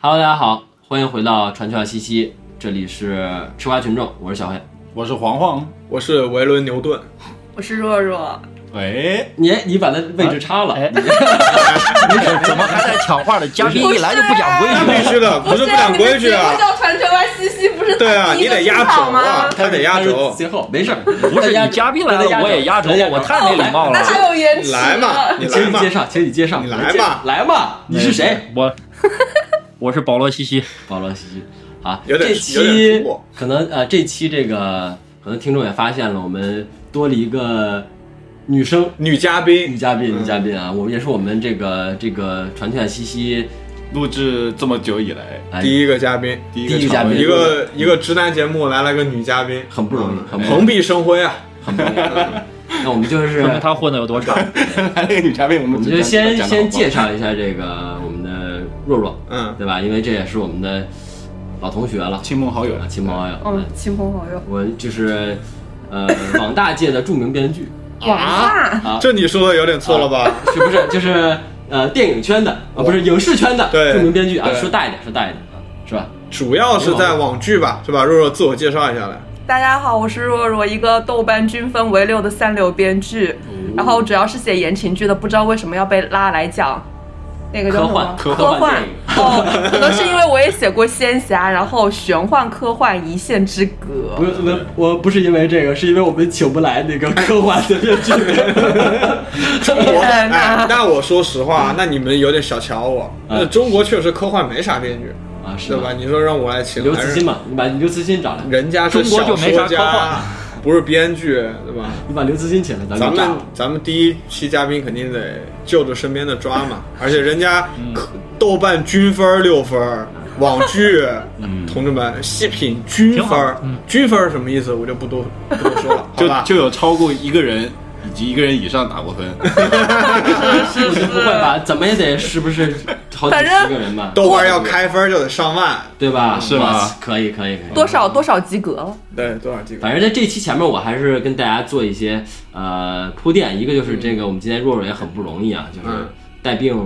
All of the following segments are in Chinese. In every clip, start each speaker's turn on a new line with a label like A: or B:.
A: Hello，大家好，欢迎回到传球小西西，这里是吃瓜群众，我是小黑。
B: 我是黄黄，
C: 我是维伦牛 顿，
D: 我是若若，
B: 喂，
A: 你你把那位置插了，
E: 哎，怎么还在抢话呢？嘉宾一来就不讲规矩，
C: 必须
D: 哦
C: 的，不是不讲规矩
D: 不是你们
C: 啊
D: 节目。叫传承吧西西，不是
C: 对啊，
D: 第
C: 你
D: 一个
C: 得
D: 出
C: 压轴
D: 场
C: 啊
D: 吗，？
C: 他得压
A: 他是
C: 轴，
A: 最后没事儿，
E: 不是
A: 他压
E: 你嘉宾来了，我也压轴，我太没礼貌
D: 那
E: 了。
D: 还有延迟
C: 来嘛，你来
A: 请你
C: 嘛
A: 介，绍，请你介绍，
C: 你来吧
A: 来吧，你是谁？？
E: 我我是保罗西西，
A: 保罗西西。好，
C: 有
A: 这
C: 点有点
A: 期
C: 突兀
A: 可能呃，这期这个可能听众也发现了，我们多了一个女生
C: 女嘉
A: 女
C: 宾，
A: 嘉宾，女嘉宾啊，
C: 嗯
A: 我们也是我们这个这个传圈西西
B: 录制这么久以来，
A: 哎
C: 第一个嘉宾，
B: 第
A: 第一个
B: 场
A: 嘉宾
B: 合
C: 一个一个直男节目来了个女嘉宾，
A: 很不容易，很不容
C: 蓬荜生辉啊！
A: 易，很不容易。那我们就是
E: 说明他混的有多差。
B: 来了个女嘉宾，我
A: 我
B: 们
A: 们
B: 只
A: 就先
B: 讲
A: 先介绍一下这个我们的若若，
C: 嗯
A: 对吧？因为这也是我们的老同学了，
B: 亲朋好友
A: 啊，亲朋好友。
D: 嗯，亲朋好友，
A: 我就是呃网大界的著名编剧，
D: 网大
A: 啊
C: 这你说的有点错了吧？
A: 是不是？就是呃电影圈的啊，不是影视圈的
C: 对
A: 著名编剧啊，
C: 对
A: 说大一点，说大一点啊，是吧？
C: 主要是在网剧吧，是吧？若若自我介绍一下来，
D: 大家好，我是若若，一个豆瓣均分为六的三流编剧，
C: 哦
D: 然后主要是写言情剧的，不知道为什么要被拉来讲。那个叫什么？
A: 科幻科
D: 科
A: 幻
D: 幻
A: 电影
D: 哦，可能是因为我也写过仙侠，然后玄幻、科幻一线之隔。
A: 不不，我不是因为这个，是因为我们请不来那个科幻的编剧。
C: 我
D: 天
C: 哎
D: 哪，
C: 那我说实话，那你们有点小瞧我。那中国确实科幻没啥编剧，
A: 啊，是
C: 对吧？？你说让我来请
A: 刘
C: 还
A: 慈
C: 是
A: 欣嘛，你把刘慈欣找来，
C: 人家是
E: 中国
C: 小
E: 就没
C: 说
E: 啥科幻
C: 家，不是编剧，对吧？
A: 你把刘慈欣请来，咱
C: 咱
A: 们炸
C: 们咱们第一期嘉宾肯定得就着身边的抓嘛，而且人家可豆瓣均分儿六分儿，网剧，同志们细品均
E: 挺
C: 分
E: 好
C: 儿，均分儿是什么意思？我就不多不多说了，好吧
B: 就？就有超过一个人以及一个人以上打过 分，
D: 是是
A: 不会吧？怎么也得是不是好几
D: 反正
A: 十个人吧？
C: 豆瓣要开分儿就得上万，
A: 对吧？
B: 是吗
A: 哇可以可以可以。
D: 多少多少及格了？
C: 对多少几个？
A: 反正在这期前面，我还是跟大家做一些呃铺垫。一个就是这个，我们今天若若也很不容易啊，就是
C: 嗯
A: 带病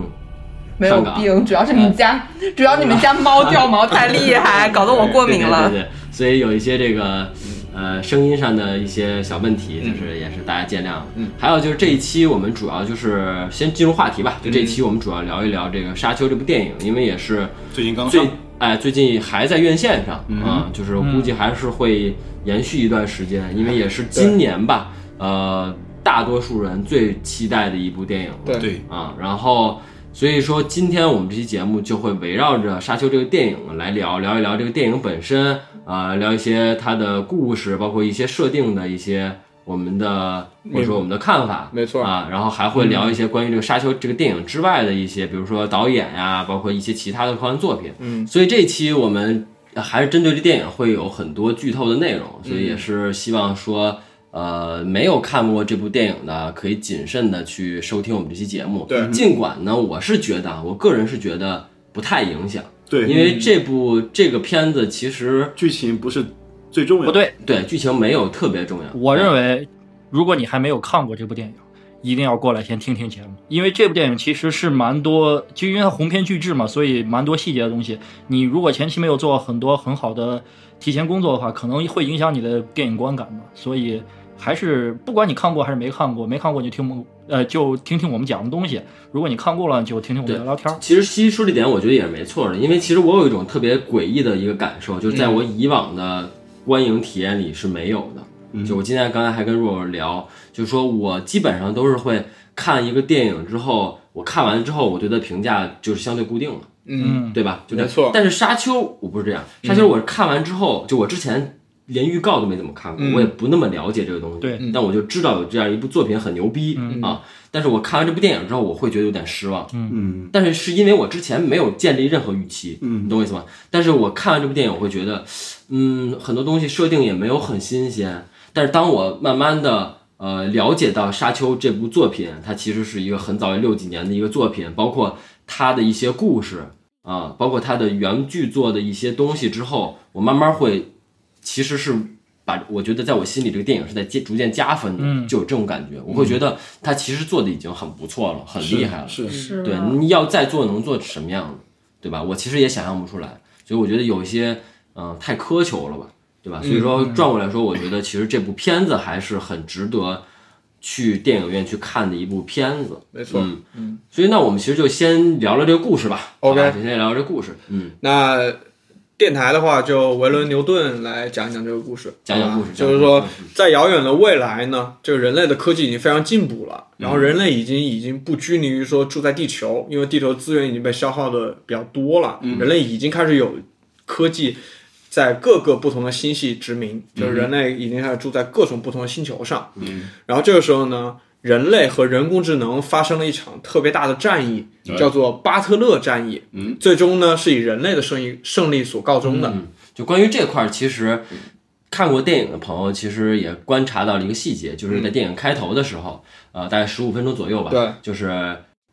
D: 没有
A: 上岗
D: 病，主要是你们家，主要你们家猫掉毛太厉害，搞得我过敏
A: 对
D: 了
A: 对。对对，所以有一些这个呃声音上的一些小问题，就是也是大家见谅。嗯，还有就是这一期我们主要就是先进入话题吧，就这
D: 嗯
A: 一期我们主要聊一聊这个《沙丘》这部电影，因为也是
B: 最近刚
A: 最
B: 上，嗯
A: 哎最近还在院线上啊，就是我估计还是会延续一段时间，因为也是今年吧，呃，大多数人最期待的一部电影了。
C: 对
B: 对，
A: 啊，然后所以说今天我们这期节目就会围绕着《沙丘》这个电影来聊聊一聊这个电影本身，啊，聊一些它的故事，包括一些设定的一些我们的或者说我们的看法，
C: 没错
A: 啊，然后还会聊一些关于这个《沙丘》这个电影之外的一些，比如说导演呀、包括一些其他的科幻作品，
C: 嗯，
A: 所以这一期我们呃还是针对这电影会有很多剧透的内容，所以也是希望说，呃，没有看过这部电影的可以谨慎的去收听我们这期节目。
C: 对
A: 尽管呢，我是觉得啊，我个人是觉得不太影响，
B: 对，
A: 因为这部这个片子其实
B: 剧情不是最重要的，
E: 不，对，
A: 对剧情没有特别重要。
E: 我认为，如果你还没有看过这部电影，一定要过来先听听节目，因为这部电影其实是蛮多，就因为它鸿篇巨制嘛，所以蛮多细节的东西。你如果前期没有做很多很好的提前工作的话，可能会影响你的电影观感嘛。所以还是不管你看过还是没看过，没看过你就听我们呃就听听我们讲的东西。如果你看过了，就听听我们聊聊天儿。
A: 其实西西说这点，我觉得也是没错的，因为其实我有一种特别诡异的一个感受，就是在我以往的观影体验里是没有的。就我今天刚才还跟若若聊，就说我基本上都是会看一个电影之后，我看完之后我对它评价就是相对固定了。
C: 嗯，
A: 对吧？就这样
C: 没错
A: 但是沙丘我不是这样，沙丘我看完之后，就我之前连预告都没怎么看过，
C: 嗯
A: 我也不那么了解这个东西。
E: 对，
A: 但我就知道有这样一部作品很牛逼、啊。但是我看完这部电影之后，我会觉得有点失望。
B: 嗯，
A: 但是是因为我之前没有建立任何预期，
B: 嗯
A: 你懂我意思吗？但是我看完这部电影，我会觉得，嗯，很多东西设定也没有很新鲜。但是当我慢慢的呃了解到《沙丘》这部作品，它其实是一个很早六几年的一个作品，包括它的一些故事啊，包括它的原剧作的一些东西之后，我慢慢会其实是把我觉得在我心里这个电影是在接逐渐加分的，就有这种感觉。我会觉得它其实做的已经很不错了，很厉害了。嗯
B: 是
D: 是
C: 嗯
A: 对，你要再做能做什么样子？对吧？我其实也想象不出来，所以我觉得有一些嗯、呃太苛求了吧，对吧？所以说
C: 嗯
A: 转过来说，我觉得其实这部片子还是很值得去电影院去看的一部片子。
C: 没错。
A: 嗯嗯，所以那我们其实就先聊聊这个故事吧。
C: OK
A: 好吧先聊聊这故事。嗯，
C: 那电台的话，就维伦牛顿来讲一讲这个故事，
A: 讲讲
C: 好吧
A: 故事嗯
C: 就是
A: 讲
C: 说
A: 讲故，
C: 在遥远的未来呢，这个人类的科技已经非常进步了，然后人类已经已经不拘泥于说住在地球，因为地球资源已经被消耗的比较多了，
A: 嗯
C: 人类已经开始有科技。在各个不同的星系殖民，
A: 嗯
C: 就是人类已经开始住在各种不同的星球上。嗯，然后这个时候呢，人类和人工智能发生了一场特别大的战役，叫做巴特勒战役。嗯，最终呢是以人类的胜利胜利所告终的。
A: 就关于这块儿，其实
C: 嗯
A: 看过电影的朋友其实也观察到了一个细节，就是在电影开头的时候，呃，大概十五分钟左右吧，
C: 嗯对，
A: 就是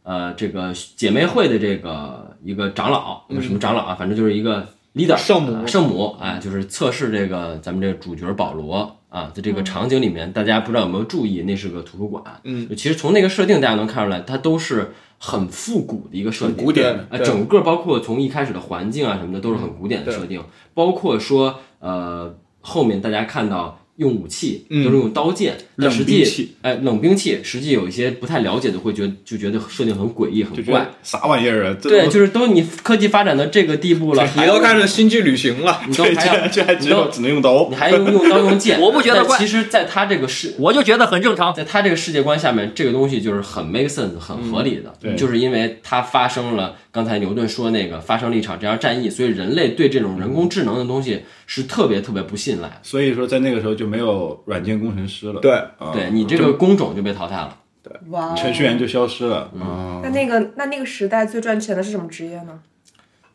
A: 呃，这个姐妹会的这个一个长老，什么长老啊，反正就是一个 leader
C: 嗯圣母
A: 啊圣母啊，就是测试这个咱们这个主角保罗啊，在这个场景里面，大家不知道有没有注意，那是个图书馆，
C: 嗯，
A: 其实从那个设定大家能看出来，它都是很复古的一个设定，
B: 很古典的
A: 啊，
C: 对
A: 整个包括从一开始的环境啊什么的，都是很古典的设定，包括说呃后面大家看到用武器
C: 嗯
A: 都是用刀剑，但
B: 冷
A: 实际
B: 兵器
A: 哎冷兵器，实际有一些不太了解的会觉得就觉得设定很诡异很
B: 就觉
A: 怪
B: 得，啥玩意儿啊？这
A: 对，就是都你科技发展到这个地步了，
C: 你
A: 还
C: 都开始星际旅行了，
A: 你都
B: 对，
A: 还要
B: 这这还只
A: 你都嗯
B: 能只能用刀
A: 你。还用用刀用剑，
E: 我不觉得
A: 但
E: 怪
A: 其实，在他这个世
E: 我就觉得很正 常。
A: 在他这个世界观下面，这个东西就是很 make sense、很合理的，
B: 嗯对
A: 就是因为它发生了刚才牛顿说那个发生了一场这样战役，所以人类对这种人工智能的东西是特别特别不信赖。
B: 所以说，在那个时候就没有软件工程师了，
C: 对
B: 啊
A: 对你这个工种就被淘汰了，
D: 哇哦
B: 程序员就消失了。
A: 嗯
B: 啊，
D: 那那个那那个时代最赚钱的是什么职业呢？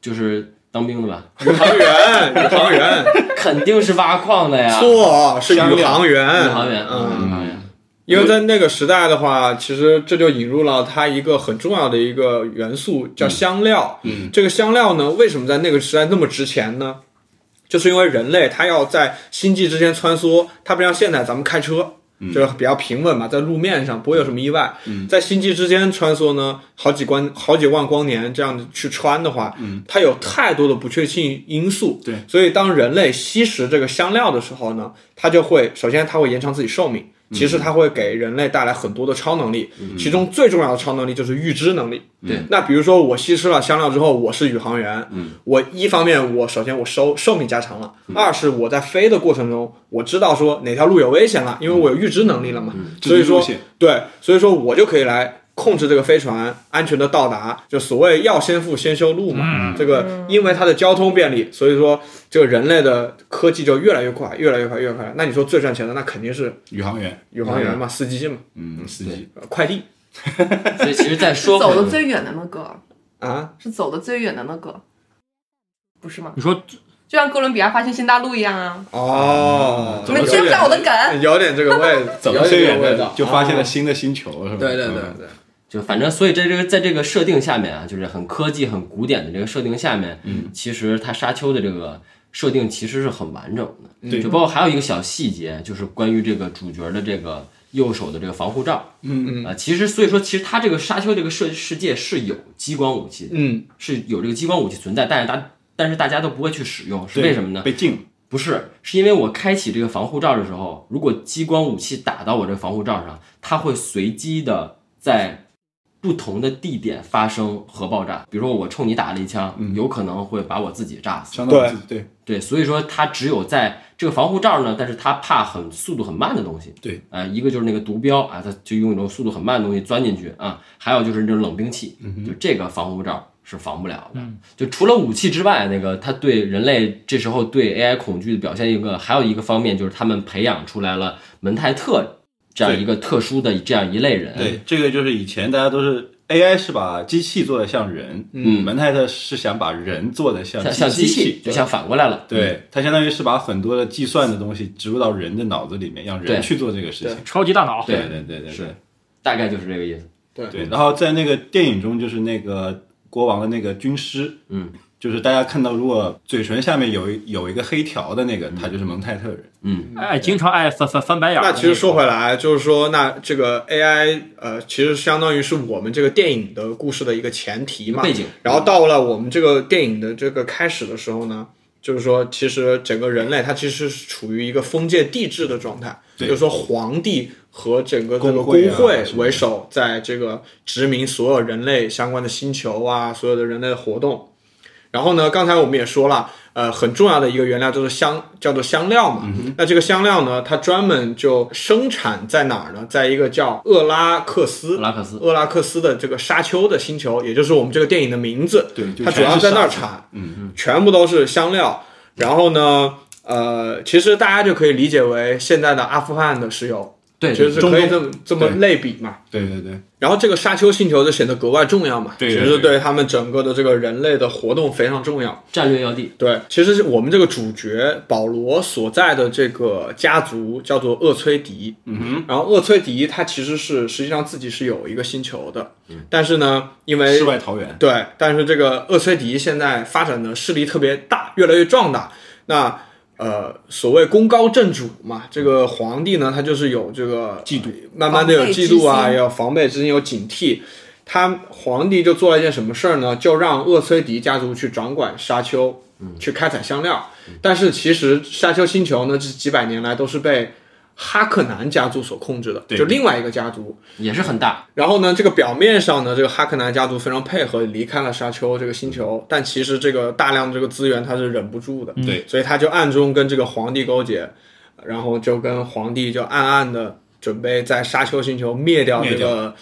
A: 就是当兵的吧？
C: 宇航员，宇航员，
A: 肯定是挖矿 的呀，宇
C: 错是宇航员，宇
A: 航员，
C: 嗯。
A: 嗯，宇航员，
C: 因为在那个时代的话，其实这就引入了它一个很重要的一个元素，叫香料。嗯，这个香料呢，为什么在那个时代那么值钱呢？就是因为人类它要在星际之间穿梭，它不像现在咱们开车，就是比较平稳嘛，在路面上不会有什么意外。在星际之间穿梭呢，好几关好几万光年这样去穿的话，它有太多的不确定因素。
B: 对，
C: 所以当人类吸食这个香料的时候呢，它就会首先它会延长自己寿命。其实它会给人类带来很多的超能力，其中最重要的超能力就是预知能力。
A: 对
C: 那比如说我吸吃了香料之后，我是宇航员，我一方面我首先我寿寿命加长了，二是我在飞的过程中，我知道说哪条路有危险了，因为我有预知能力了嘛，所以
B: 知
C: 说
B: 路线
C: 对，所以说我就可以来控制这个飞船安全的到达，就所谓要先富先修路嘛。这个因为它的交通便利，所以说这个人类的科技就越来越快，越来越快，越来越快。那你说最赚钱的那肯定是
B: 宇航员，
C: 宇航员嘛，司机嘛，
B: 嗯，司机，
C: 呃快递
A: 所以其实再 说
D: 走的
A: 回，
D: 最远的那个
C: 啊，
D: 是走的最远的那个，不是吗？
E: 你说
D: 就像哥伦比亚发现新大陆一样啊！
C: 哦，
D: 你们接不了我的梗。
C: 有点这个味，
B: 走
C: 有
B: 到最
C: 点
B: 远
C: 这个味道
B: 的，就发现了
C: 啊
B: 新的星球，是吧？
C: 对对对
B: 嗯
C: 对，
A: 就反正所以在这个在这个设定下面啊，就是很科技、很古典的这个设定下面，嗯，其实它沙丘的这个设定其实是很完整的，
B: 对
A: 就包括还有一个小细节，就是关于这个主角的这个右手的这个防护罩，嗯嗯啊，其实所以说其实它这个沙丘这个世世界是有激光武器的，
C: 嗯，
A: 是有这个激光武器存在，但是大但是大家都不会去使用，是
B: 对
A: 为什么呢？
B: 被禁，
A: 不是，是因为我开启这个防护罩的时候，如果激光武器打到我这个防护罩上，它会随机的在不同的地点发生核爆炸。比如说我冲你打了一枪，有可能会把我自己炸死。
B: 相当于对
A: 对，所以说它只有在这个防护罩呢，但是它怕很速度很慢的东西。
B: 对，
A: 啊，一个就是那个毒镖啊，它就用一种速度很慢的东西钻进去啊，还有就是这种冷兵器，就这个防护罩是防不了的。就除了武器之外，那个它对人类这时候对 AI 恐惧的表现一个，还有一个方面就是他们培养出来了门泰特这样一个特殊的这样一类人。
B: 对，这个就是以前大家都是 AI 是把机器做的像人，嗯，蒙泰特是想把人做的像
A: 像像
B: 机
A: 机器，就
B: 对
A: 像反过来了。
B: 对，它相当于是把很多的计算的东西植入到人的脑子里面，让
A: 对
B: 人去做这个事情。
E: 超级大脑，
A: 对
B: 对对对，
A: 是大概就是这个意思。
B: 对。然后在那个电影中，就是那个国王的那个军师，
A: 嗯，
B: 就是大家看到，如果嘴唇下面有一有一个黑条的那个，他就是蒙泰特人。
A: 嗯，
E: 哎，经常爱翻翻翻白眼儿的
C: 那
E: 种。
C: 其实说回来，就是说，那这个 AI 呃，其实相当于是我们这个电影的故事的一个前提嘛，
A: 背景
C: 然后到了我们这个电影的这个开始的时候呢，就是说，其实整个人类它其实是处于一个封建帝制的状态，
B: 对
C: 就是说皇帝和整个这个
B: 工
C: 工
B: 会啊
C: 会
B: 什么的
C: 为首，在这个殖民所有人类相关的星球啊，所有的人类的活动。然后呢，刚才我们也说了，呃，很重要的一个原料就是香，叫做香料嘛。
B: 嗯
C: 那这个香料呢，它专门就生产在哪儿呢？在一个叫厄拉克斯、
B: 啊
A: 厄拉克斯
C: 厄拉克斯的这个沙丘的星球，也就是我们这个电影的名字。
B: 对，就
C: 它主
B: 全
C: 要
B: 是
C: 在那儿
B: 沙子
C: 产，
B: 嗯，
C: 全部都是香料。然后呢，呃，其实大家就可以理解为现在的阿富汗的石油，
A: 对
C: 其实是
B: 中
C: 可
B: 东
C: 以这么这么
B: 对
C: 类比嘛。
B: 对对对，
C: 然后这个沙丘星球就显得格外重要嘛，
B: 对
C: 其
B: 对
C: 实是
B: 对
C: 对他们整个的这个人类的活动非常重要。
A: 战略要地，
C: 对，其实是我们这个主角保罗所在的这个家族叫做厄崔迪，
B: 嗯哼，
C: 然后厄崔迪他其实是实际上自己是有一个星球的，
B: 嗯
C: 但是呢，因
A: 哎
C: 为
B: 世外桃源，
C: 对，但是这个厄崔迪现在发展的势力特别大，越来越壮大。那呃，所谓功高震主嘛，这个皇帝呢，他就是有这个
B: 嫉妒，
C: 慢慢的有嫉妒
D: 防备之
C: 啊，
D: 心
C: 有防备之心，有警惕。他皇帝就做了一件什么事儿呢？就让厄崔迪家族去掌管沙丘，去开采香料。但是其实沙丘星球呢，这几百年来都是被哈克南家族所控制的，
B: 对
C: 就另外一个家族。
A: 也是很大，
C: 然后呢，这个表面上呢，这个哈克南家族非常配合，离开了沙丘这个星球，但其实这个大量的这个资源他是忍不住的，
B: 嗯对
C: 所以他就暗中跟这个皇帝勾结，然后就跟皇帝就暗暗的准备在沙丘星球灭掉这
B: 灭掉嗯
C: 个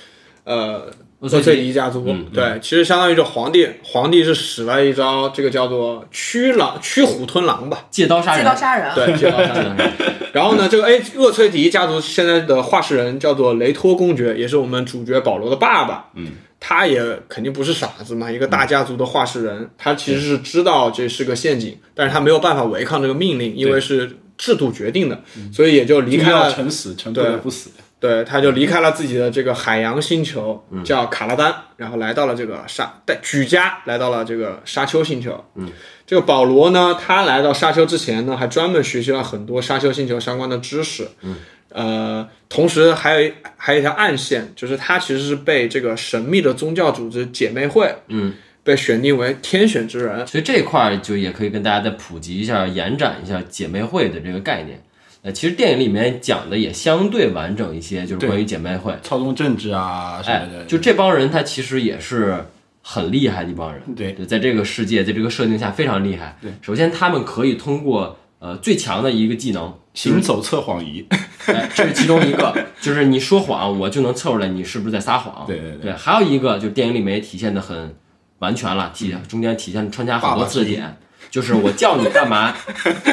C: 呃
A: 厄
C: 厄
A: 崔迪
C: 崔迪家族。对，其实相当于这皇帝，皇帝是使了一招这个叫做驱狼驱虎吞狼吧，
A: 借刀杀
D: 借
A: 人，
D: 刀杀人啊，
C: 对，借刀杀人
A: 杀人，
C: 然后呢，这个哎，厄崔迪家族现在的话事人叫做雷托公爵，也是我们主角保罗的爸爸。
B: 嗯，
C: 他也肯定不是傻子嘛，一个大家族的话事
B: 嗯
C: 人，他其实是知道这是个陷阱，但是他没有办法违抗这个命令，因为是制度决定的，所以也就离
B: 一定
A: 啊
B: 嗯
C: 开
B: 要
C: 了。
B: 沉死，沉不得不死。
C: 对，他就离开了自己的这个海洋星球，叫卡拉丹，然后来到了这个沙，带举家来到了这个沙丘星球。嗯，这个保罗呢，他来到沙丘之前呢，还专门学习了很多沙丘星球相关的知识。嗯，呃，同时还有一还有一条暗线，就是他其实是被这个神秘的宗教组织姐妹会，
A: 嗯，
C: 被选定为天选之人。
A: 所以这块儿就也可以跟大家再普及一下、延展一下姐妹会的这个概念。呃，其实电影里面讲的也相对完整一些，就是关于姐妹会。
B: 操纵政治啊什
A: 哎
B: 么的，，
A: 就这帮人，他其实也是很厉害的一帮人。
B: 对
A: 在这个世界，在这个设定下非常厉害。对，首先他们可以通过呃最强的一个技能，
B: 行走测谎仪，
A: 哎，这是其中一个，就是你说谎，我就能测出来你是不是在撒谎。
B: 对对对
A: 还有一个就是电影里面也体现的很完全了，体
B: 嗯
A: 中间体现穿插很多次的点， 就是我叫你干嘛，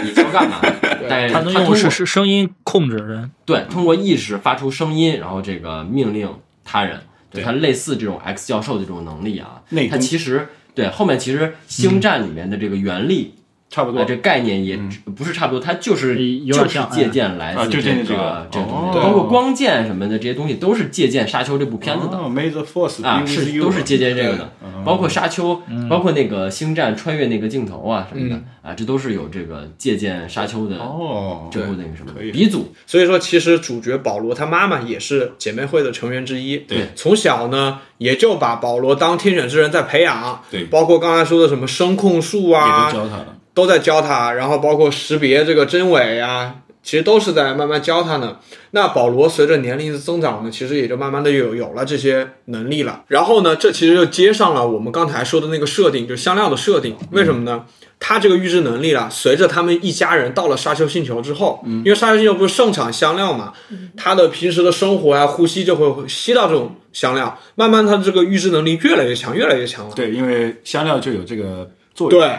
A: 你就干嘛。但是
E: 他能
A: 通
E: 用
A: 过
E: 是是声音控制人，
A: 对通过意识发出声音，然后这个命令他人，就
B: 对
A: 他类似这种 X 教授的这种能力啊
B: 内，
A: 他
B: 功
A: 其实对后面其实《星战》里面的这个原力。
B: 差不
A: 啊，
B: 多嗯
A: 这概念也不是差不多，它就是
E: 有
A: 就
E: 点
A: 是
E: 像嗯
A: 借鉴来
B: 啊
A: 自
B: 就借鉴
A: 这个
B: 这个
A: 这个东
B: 哦
A: 西，包括光剑什么的这些东西都是借鉴《沙丘》这部片子的
B: 哦，Major Force
A: 啊，
B: being with
A: 是
B: you
A: 都是借鉴这个的
C: 对，
A: 包
B: 嗯
A: 括《沙丘》，
E: 嗯
A: 包括那个《星战》穿越那个镜头啊什么的
C: 嗯
A: 啊，这都是有这个借鉴《沙丘》的
B: 哦，
A: 这部那个什么
B: 可以
A: 鼻祖，
C: 所以说，其实主角保罗他妈妈也是姐妹会的成员之一。
B: 对，
C: 从小呢也就把保罗当天选之人在培养。
B: 对
C: 包括刚才说的什么声控
B: 也
C: 术
B: 都
C: 啊，
B: 教他了，
C: 都在教他，然后包括识别这个真伪啊，其实都是在慢慢教他呢。那保罗随着年龄的增长呢，其实也就慢慢的有有了这些能力了。然后呢，这其实就接上了我们刚才说的那个设定，就是香料的设定。为什么呢？他这个预知能力啦，随着他们一家人到了沙丘星球之后，因为沙丘星球不是盛产香料嘛，他的平时的生活呀、呼吸就会吸到这种香料，慢慢他这个预知能力越来越强，越来越强了。
B: 对，因为香料就有这个作用，
C: 对，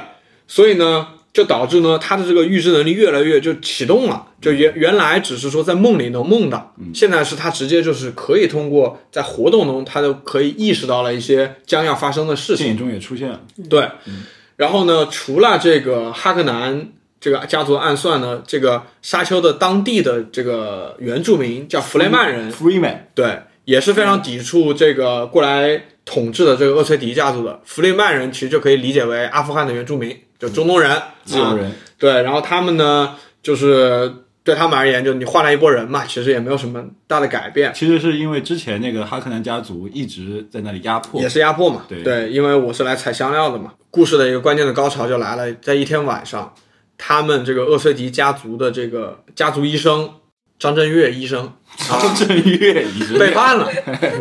C: 所以呢，就导致呢，他的这个预知能力越来越就启动了，就原原来只是说在梦里能梦到，现在是他直接就是可以通过在活动中，他就可以意识到了一些将要发生的事情
B: 电。影中也出现了，
C: 对，然后呢，除了这个哈克南这个家族暗算呢，这个沙丘的当地的这个原住民叫弗雷曼人，
B: Freeman，
C: 嗯对，也是非常抵触这个过来统治的这个厄崔迪家族的弗利曼人，其实就可以理解为阿富汗的原住民，就中东人、
B: 自由人
C: 啊。对，然后他们呢，就是对他们而言，就你换来一波人嘛，其实也没有什么大的改变，
B: 其实是因为之前那个哈克南家族一直在那里压迫
C: 也，是压迫嘛。
B: 对
C: 因为我是来采香料的嘛。故事的一个关键的高潮就来了，在一天晚上，他们这个厄崔迪家族的这个家族医生张震岳医 生
B: 张震 岳一直
C: 被判了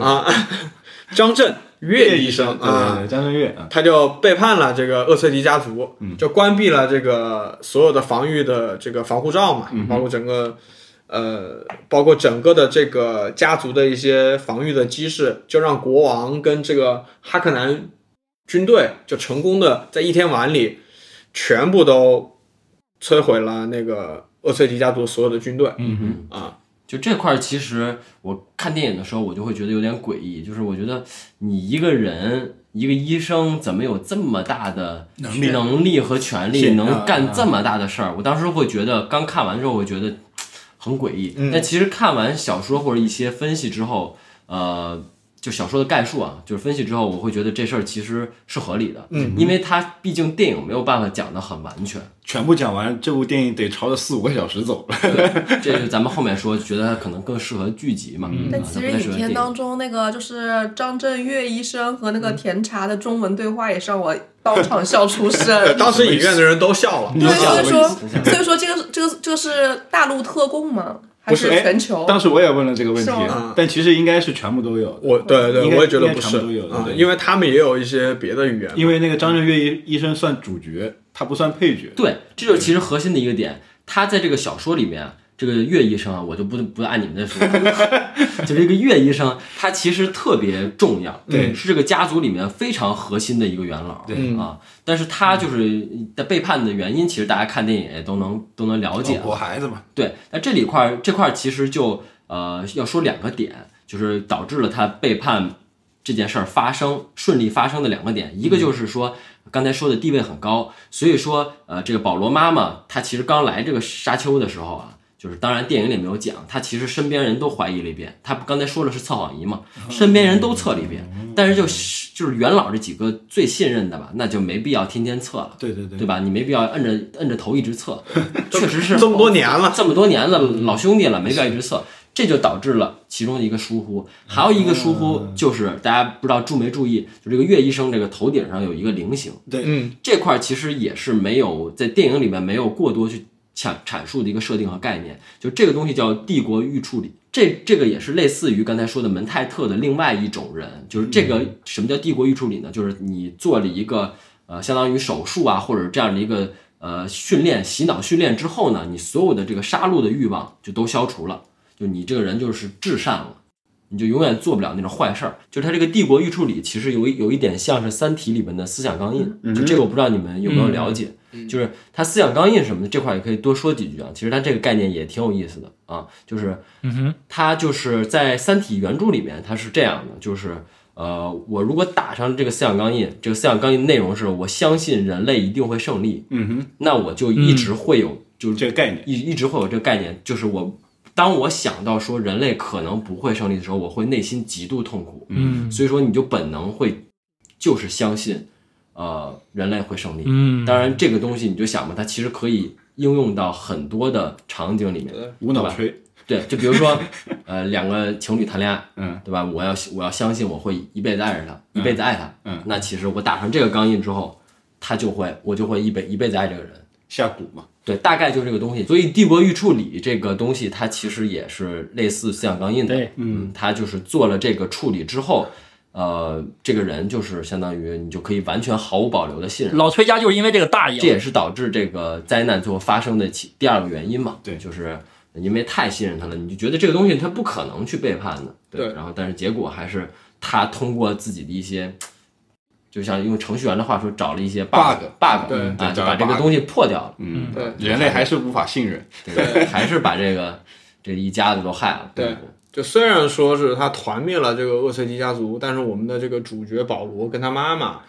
C: 啊， 张震岳医生
B: 对对
C: 啊
B: 对，，张震岳啊，
C: 他就背叛了这个厄崔迪家族，
B: 嗯
C: 就关闭了这个所有的防御的这个防护罩嘛，
B: 嗯
C: 包括整个呃，包括整个的这个家族的一些防御的机制，就让国王跟这个哈克南军队就成功的在一天晚里全部都摧毁了那个厄崔迪家族所有的军队。
B: 嗯
A: 就这块儿，其实我看电影的时候，我就会觉得有点诡异，就是我觉得你一个人，一个医生，怎么有这么大的能力、能力和权利，
B: 是
A: 能
B: 啊
A: 干
B: 啊
A: 这么大的事儿？我当时会觉得，刚看完之后，我觉得嘖很诡异。但其实看完小说或者一些分析之后，呃，就小说的概述啊，就是分析之后，我会觉得这事儿其实是合理的，嗯，因为它毕竟电影没有办法讲得很完全。
B: 全部讲完，这部电影得朝着四五个小时走了。
A: 这是咱们后面说，觉得它可能更适合剧集嘛。嗯
D: 但其实影片当中那个就是张震岳医生和那个甜茶的中文对话也让我当场笑出声。
C: 当时影院的人都笑了，
B: 你
D: 对，
B: 想
D: 所以
B: 过
D: 说所以说这个这个这个是大陆特供吗？还
B: 不是哎
D: 全球？
B: 当时我也问了这个问题
D: 是吗，
B: 但其实应该是全部都有，
C: 我对对
B: 应，该
C: 我也觉
B: 应
C: 得
B: 该
C: 不
B: 全
C: 是
B: 部都有的
C: 啊、
B: 对
C: 因为他们也有一些别的语言嘛，
B: 因为那个张震岳医医生算主角，他不算配角。
A: 对，这就是其实核心的一个点。他在这个小说里面啊，这个岳医生啊，我就不不按你们的说， 就这个岳医生，他其实特别重要，
B: 对
A: 是这个家族里面非常核心的一个元老，
B: 对嗯
A: 啊。但是他就是在背叛的原因，其实大家看电影也都能都能了解啊，
B: 我孩子嘛，
A: 对，那这里块儿这块儿其实就呃要说两个点，就是导致了他背叛这件事儿发生顺利发生的两个点，
C: 嗯
A: 一个就是说。刚才说的地位很高，所以说，呃，这个保罗妈妈她其实刚来这个沙丘的时候啊，就是当然电影里没有讲，她其实身边人都怀疑了一遍，她刚才说了是测谎仪嘛，
C: 嗯
A: 身边人都测了一遍，但是就是就是元老这几个最信任的吧，那就没必要天天测了，
B: 对对对
A: 对吧？你没必要摁着摁着头一直 测，确实是
C: 这么多年了，
A: 啊这么多年了，老兄弟了，没必要一直测，这就导致了其中的一个疏忽。还有一个疏忽就是大家不知道注没注意，就这个岳医生这个头顶上有一个菱形，
B: 对
C: 嗯，
A: 这块儿其实也是没有在电影里面没有过多去阐阐述的一个设定和概念，就这个东西叫帝国预处理。这这个也是类似于刚才说的门泰特的另外一种人，就是这个什么叫帝国预处理呢？就是你做了一个呃，相当于手术啊，或者这样的一个呃训练、洗脑训练之后呢，你所有的这个杀戮的欲望就都消除了，就你这个人就是至善了。你就永远做不了那种坏事儿。就是他这个帝国预处理，其实有一有一点像是《三体》里面的思想钢印，就这个我不知道你们有没
E: 嗯
A: 有了解。就是它思想钢印什么的这块儿也可以多说几句啊。其实它这个概念也挺有意思的啊，就是
E: 嗯哼，
A: 它就是在《三体》原著里面，它是这样的，就是呃，我如果打上这个思想钢印，这个思想钢印内容是我相信人类一定会胜利，
B: 嗯哼，
A: 那我就一直会有、就是
E: 嗯
B: 这个概念，
A: 一一直会有这个概念，就是我当我想到说人类可能不会胜利的时候，我会内心极度痛苦。
E: 嗯
A: 所以说你就本能会就是相信，呃，人类会胜利。
E: 嗯，
A: 当然，这个东西你就想吧，它其实可以应用到很多的场景里面。
B: 无脑吹，
A: 对，就比如 说，呃，两个情侣谈恋爱，
B: 嗯，
A: 对吧？我要我要相信我会一辈子爱着他，一辈子爱他。
B: 嗯
A: 那其实我打上这个钢印之后，他就会我就会一辈一辈子爱这个人。
B: 下蛊嘛，
A: 对，大概就这个东西。所以帝国预处理这个东西，它其实也是类似思想钢印的
E: 对。
A: 嗯，它就是做了这个处理之后，呃，这个人就是相当于你就可以完全毫无保留的信任。
E: 老崔家就是因为这个大爷，
A: 这也是导致这个灾难最后发生的其第二个原因嘛。
B: 对
A: 就是因为太信任他了，你就觉得这个东西他不可能去背叛的。
C: 对
A: 然后但是结果还是他通过自己的一些。就像用程序员的话说，找了一些 bug bug，
C: 对
A: 啊，就
B: 找
A: 把
B: 了
A: 这个
B: bug
A: 东西破掉了。
B: 嗯，
C: 对
B: 人类还是无法信任，
A: 对，还是把这个这一家子都害了。
C: 对就虽然说是他团灭了这个厄崔迪家族，但是我们的这个主角保罗跟他妈妈，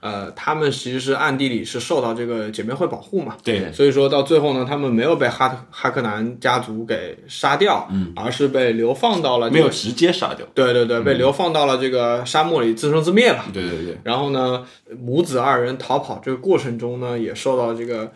C: 呃，他们其实是暗地里是受到这个姐妹会保护嘛，
B: 对，
C: 所以说到最后呢，他们没有被哈特哈克南家族给杀掉，嗯，而是被流放到了这
B: 没
C: 个
B: 有嗯直接杀掉。
C: 对对对，被流放到了这个沙漠里自生自灭吧。
B: 对对对，
C: 然后呢，母子二人逃跑这个过程中呢，也受到这个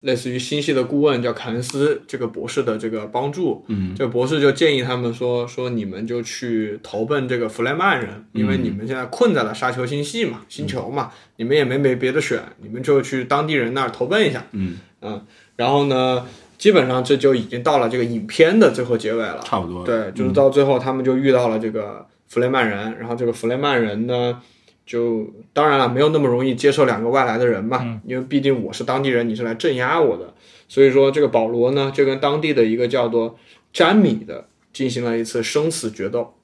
C: 类似于星系的顾问叫凯恩斯这个博士的这个帮助。
B: 嗯，
C: 这个博士就建议他们说说你们就去投奔这个弗莱曼人，因
B: 嗯
C: 为你们现在困在了沙丘星系嘛，星球嘛，你们也没没别的选，你们就去当地人那儿投奔一下。
B: 嗯
C: 嗯，然后呢，基本上这就已经到了这个影片的最后结尾了。
B: 差不多。嗯
C: 对，就是到最后他们就遇到了这个弗雷曼人，然后这个弗雷曼人呢，就当然了，没有那么容易接受两个外来的人嘛，
B: 嗯
C: 因为毕竟我是当地人，你是来镇压我的，所以说这个保罗呢就跟当地的一个叫做詹米的进行了一次生死决斗，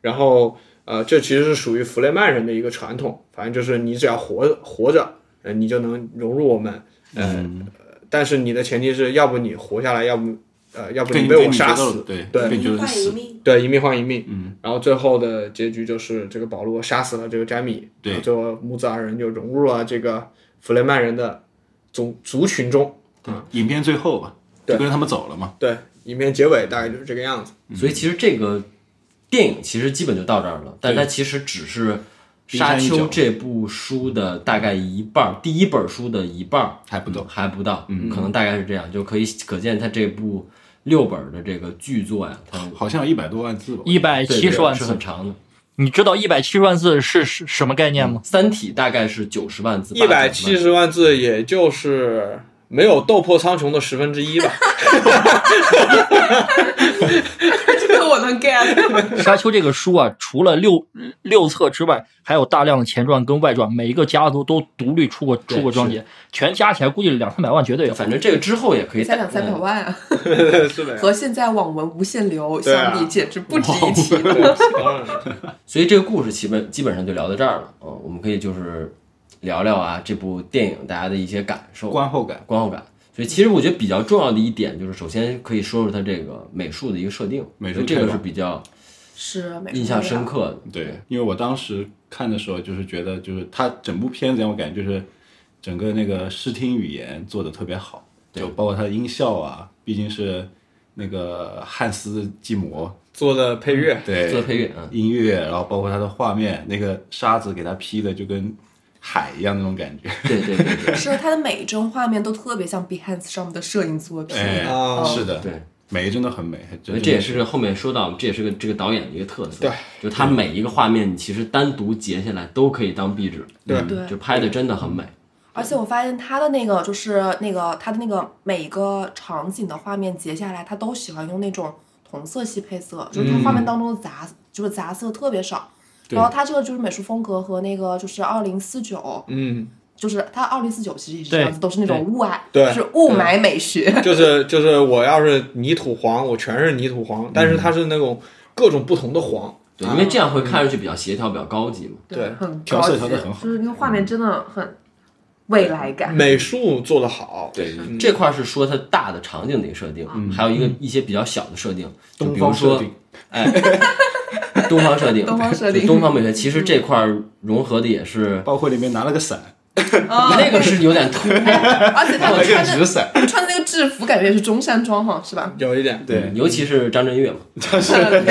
C: 然后呃，这其实是属于弗雷曼人的一个传统，反正就是你只要活活着，呃，你就能融入我们，呃，
B: 嗯
C: 但是你的前提是要不你活下来，要不呃，要不
B: 被
C: 你
B: 你
C: 被
B: 被
C: 我
B: 你
C: 杀
B: 决斗
C: 死，
B: 对
C: 对
B: 被你决斗
F: 换一
B: 死，
F: 命，
C: 对，一命换一命。
B: 嗯，
C: 然后最后的结局就是这个保罗杀死了这个詹米，
B: 对
C: 然后最后母子二人就融入了这个弗雷曼人的种族群中。
B: 影片最后吧，
C: 对
B: 就跟着他们走了嘛。
C: 对，影片结尾大概就是这个样子。
B: 嗯
A: 所以其实这个电影其实基本就到这儿了，但它其实只是《沙
B: 冰山一
A: 丘
B: 角》
A: 这部书的大概一半儿，第一本书的一半儿
B: 还不到
A: 嗯还不到，可能大概是这样，就可以可见它这部六本儿的这个剧作呀，它
B: 好像有一百多万字吧，
E: 一百
A: 对
E: 七十万
A: 是
E: 字
A: 很，长的，《
E: 你知道一百七十万字是是什么概念吗？
A: 三体》大概是九十万字，
C: 一百七
A: 80
C: 十万字，也就是没有斗破苍穹的十分之一 吧。
D: 这个我能 get。
E: 沙丘这个书啊，除了六六册之外，还有大量的前传跟外传，每一个家族都独立出过出过章节，全加起来估计两三百万绝对有
A: 万，。反正这个之后也可以
D: 才两三百
A: 嗯
D: 万啊，
C: 是 的呀。
D: 和现在网文无限流
C: 啊对啊
D: 相比，简直不值一提。
C: 对
A: 所以这个故事基本基本上就聊到这儿了。嗯，我们可以就是聊聊啊这部电影大家的一些感受、
B: 观后感。
A: 观后感。所以其实我觉得比较重要的一点就是，首先可以说说它这个美术的一个设定，
B: 美术
A: 我觉得这
B: 太
A: 个
B: 棒
A: 是比较
D: 是美
A: 印象深。刻的。
B: 对，因为我当时看的时候，就是觉得，就是他整部片子让我感觉就是整个那个视听语言做的特别好，就包括它的音效啊，毕竟是那个汉斯季摩
C: 做的配乐，
B: 对
A: 做配乐嗯
B: 音乐，然后包括它的画面，那个沙子给它 P 的就跟海一样那种感觉，
A: 对嗯对对对
D: 是它的每一帧画面都特别像 Behance 上面的摄影作品。
B: 哎，
C: 啊
B: 是的，
A: 对，
B: 每一帧都很美，
A: 所以这也
B: 嗯
A: 是后面说到，这也是个这个导演的一个特色，
C: 对，
A: 就他每一个画面，你其实单独截下来都可以当壁纸，嗯
C: 对
D: 对
A: 就拍的真的很美。
B: 嗯
F: 而且我发现他的那个就是那个他的那个每一个场景的画面截下来，他都喜欢用那种同色系配色，就是他画面当中的杂、就是杂色特别少。然后他这个就是美术风格和那个就是二零四九，
C: 嗯，
F: 就是他二零四九其实也是这
E: 对
F: 样子，都是那种雾霭，
C: 对
F: 就是雾霾美学。
C: 就是就是我要是泥土黄，我全是泥土黄，但是它是那种各种不同的黄。
A: 对，
B: 嗯
A: 因为这样会看上去比较协调，比较高级嘛。
C: 对
D: 很高
B: 调色调
D: 级
B: 得很好
D: 就是那个画面真的很未来感。
F: 嗯
C: 美术做得好，
B: 对嗯
C: 嗯
A: 这块儿是说它大的场景的一个设定，还有一个一些比较小的设定，就比如
B: 设
A: 说
B: 定，
A: 东方设定，
D: 东方设定嗯
A: 就东方美学，其实这块儿融合的也是，
B: 包括里面拿了个伞，
D: 啊
A: 那个是有点突兀，
F: 哦而且他
B: 拿了
F: 们
B: 个
F: 穿
B: 纸
F: 的
B: 伞，
F: 穿的那个制服，感觉也是中山装哈，是 吧？
C: 有一点
B: 对，
A: 尤其是张震岳嘛，
D: 对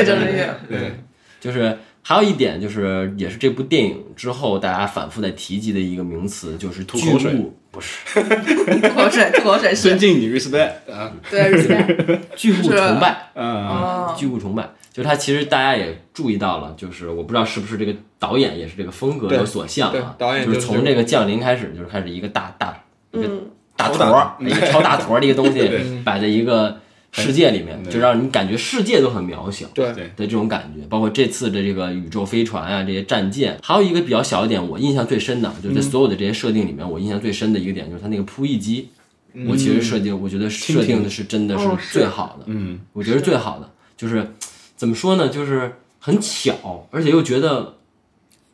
D: 着那个
B: 对，
A: 就是还有一点就是，也是这部电影之后大家反复在提及的一个名词，就是
B: 吐
A: 巨
B: 口水
A: 物，不是
D: 吐口水，吐口水
B: 尊
D: 是，
B: 敬你 respect 啊，
D: 对，respect，
A: 巨物崇拜，
B: 嗯，
F: 啊
D: 哦，
A: 巨物崇拜。就是他其实大家也注意到了，就是我不知道是不是这个导演也是这个风格有所向
C: 对
A: 啊，
C: 导演
A: 就
C: 就是是
A: 从
C: 这
A: 这个降临开始，就是开始一个大大一个
F: 嗯
A: 大
B: 超
A: 坨
B: 大
A: 儿，一个超大坨儿的一个东
B: 对
A: 西摆在一个世界里面，就让你感觉世界都很渺小。
C: 对
B: 对
A: 的这种感觉，包括这次的这个宇宙飞船啊，这些战舰，还有一个比较小一点，我印象最深的，啊就是在所有的这些设定里面，我印象最深的一个点就是它那个扑翼机，我其实设计，我觉得设定的是真的是
D: 哦是
A: 最好的，
B: 嗯，
A: 我觉得是最好的，就是怎么说呢，就是很巧，而且又觉得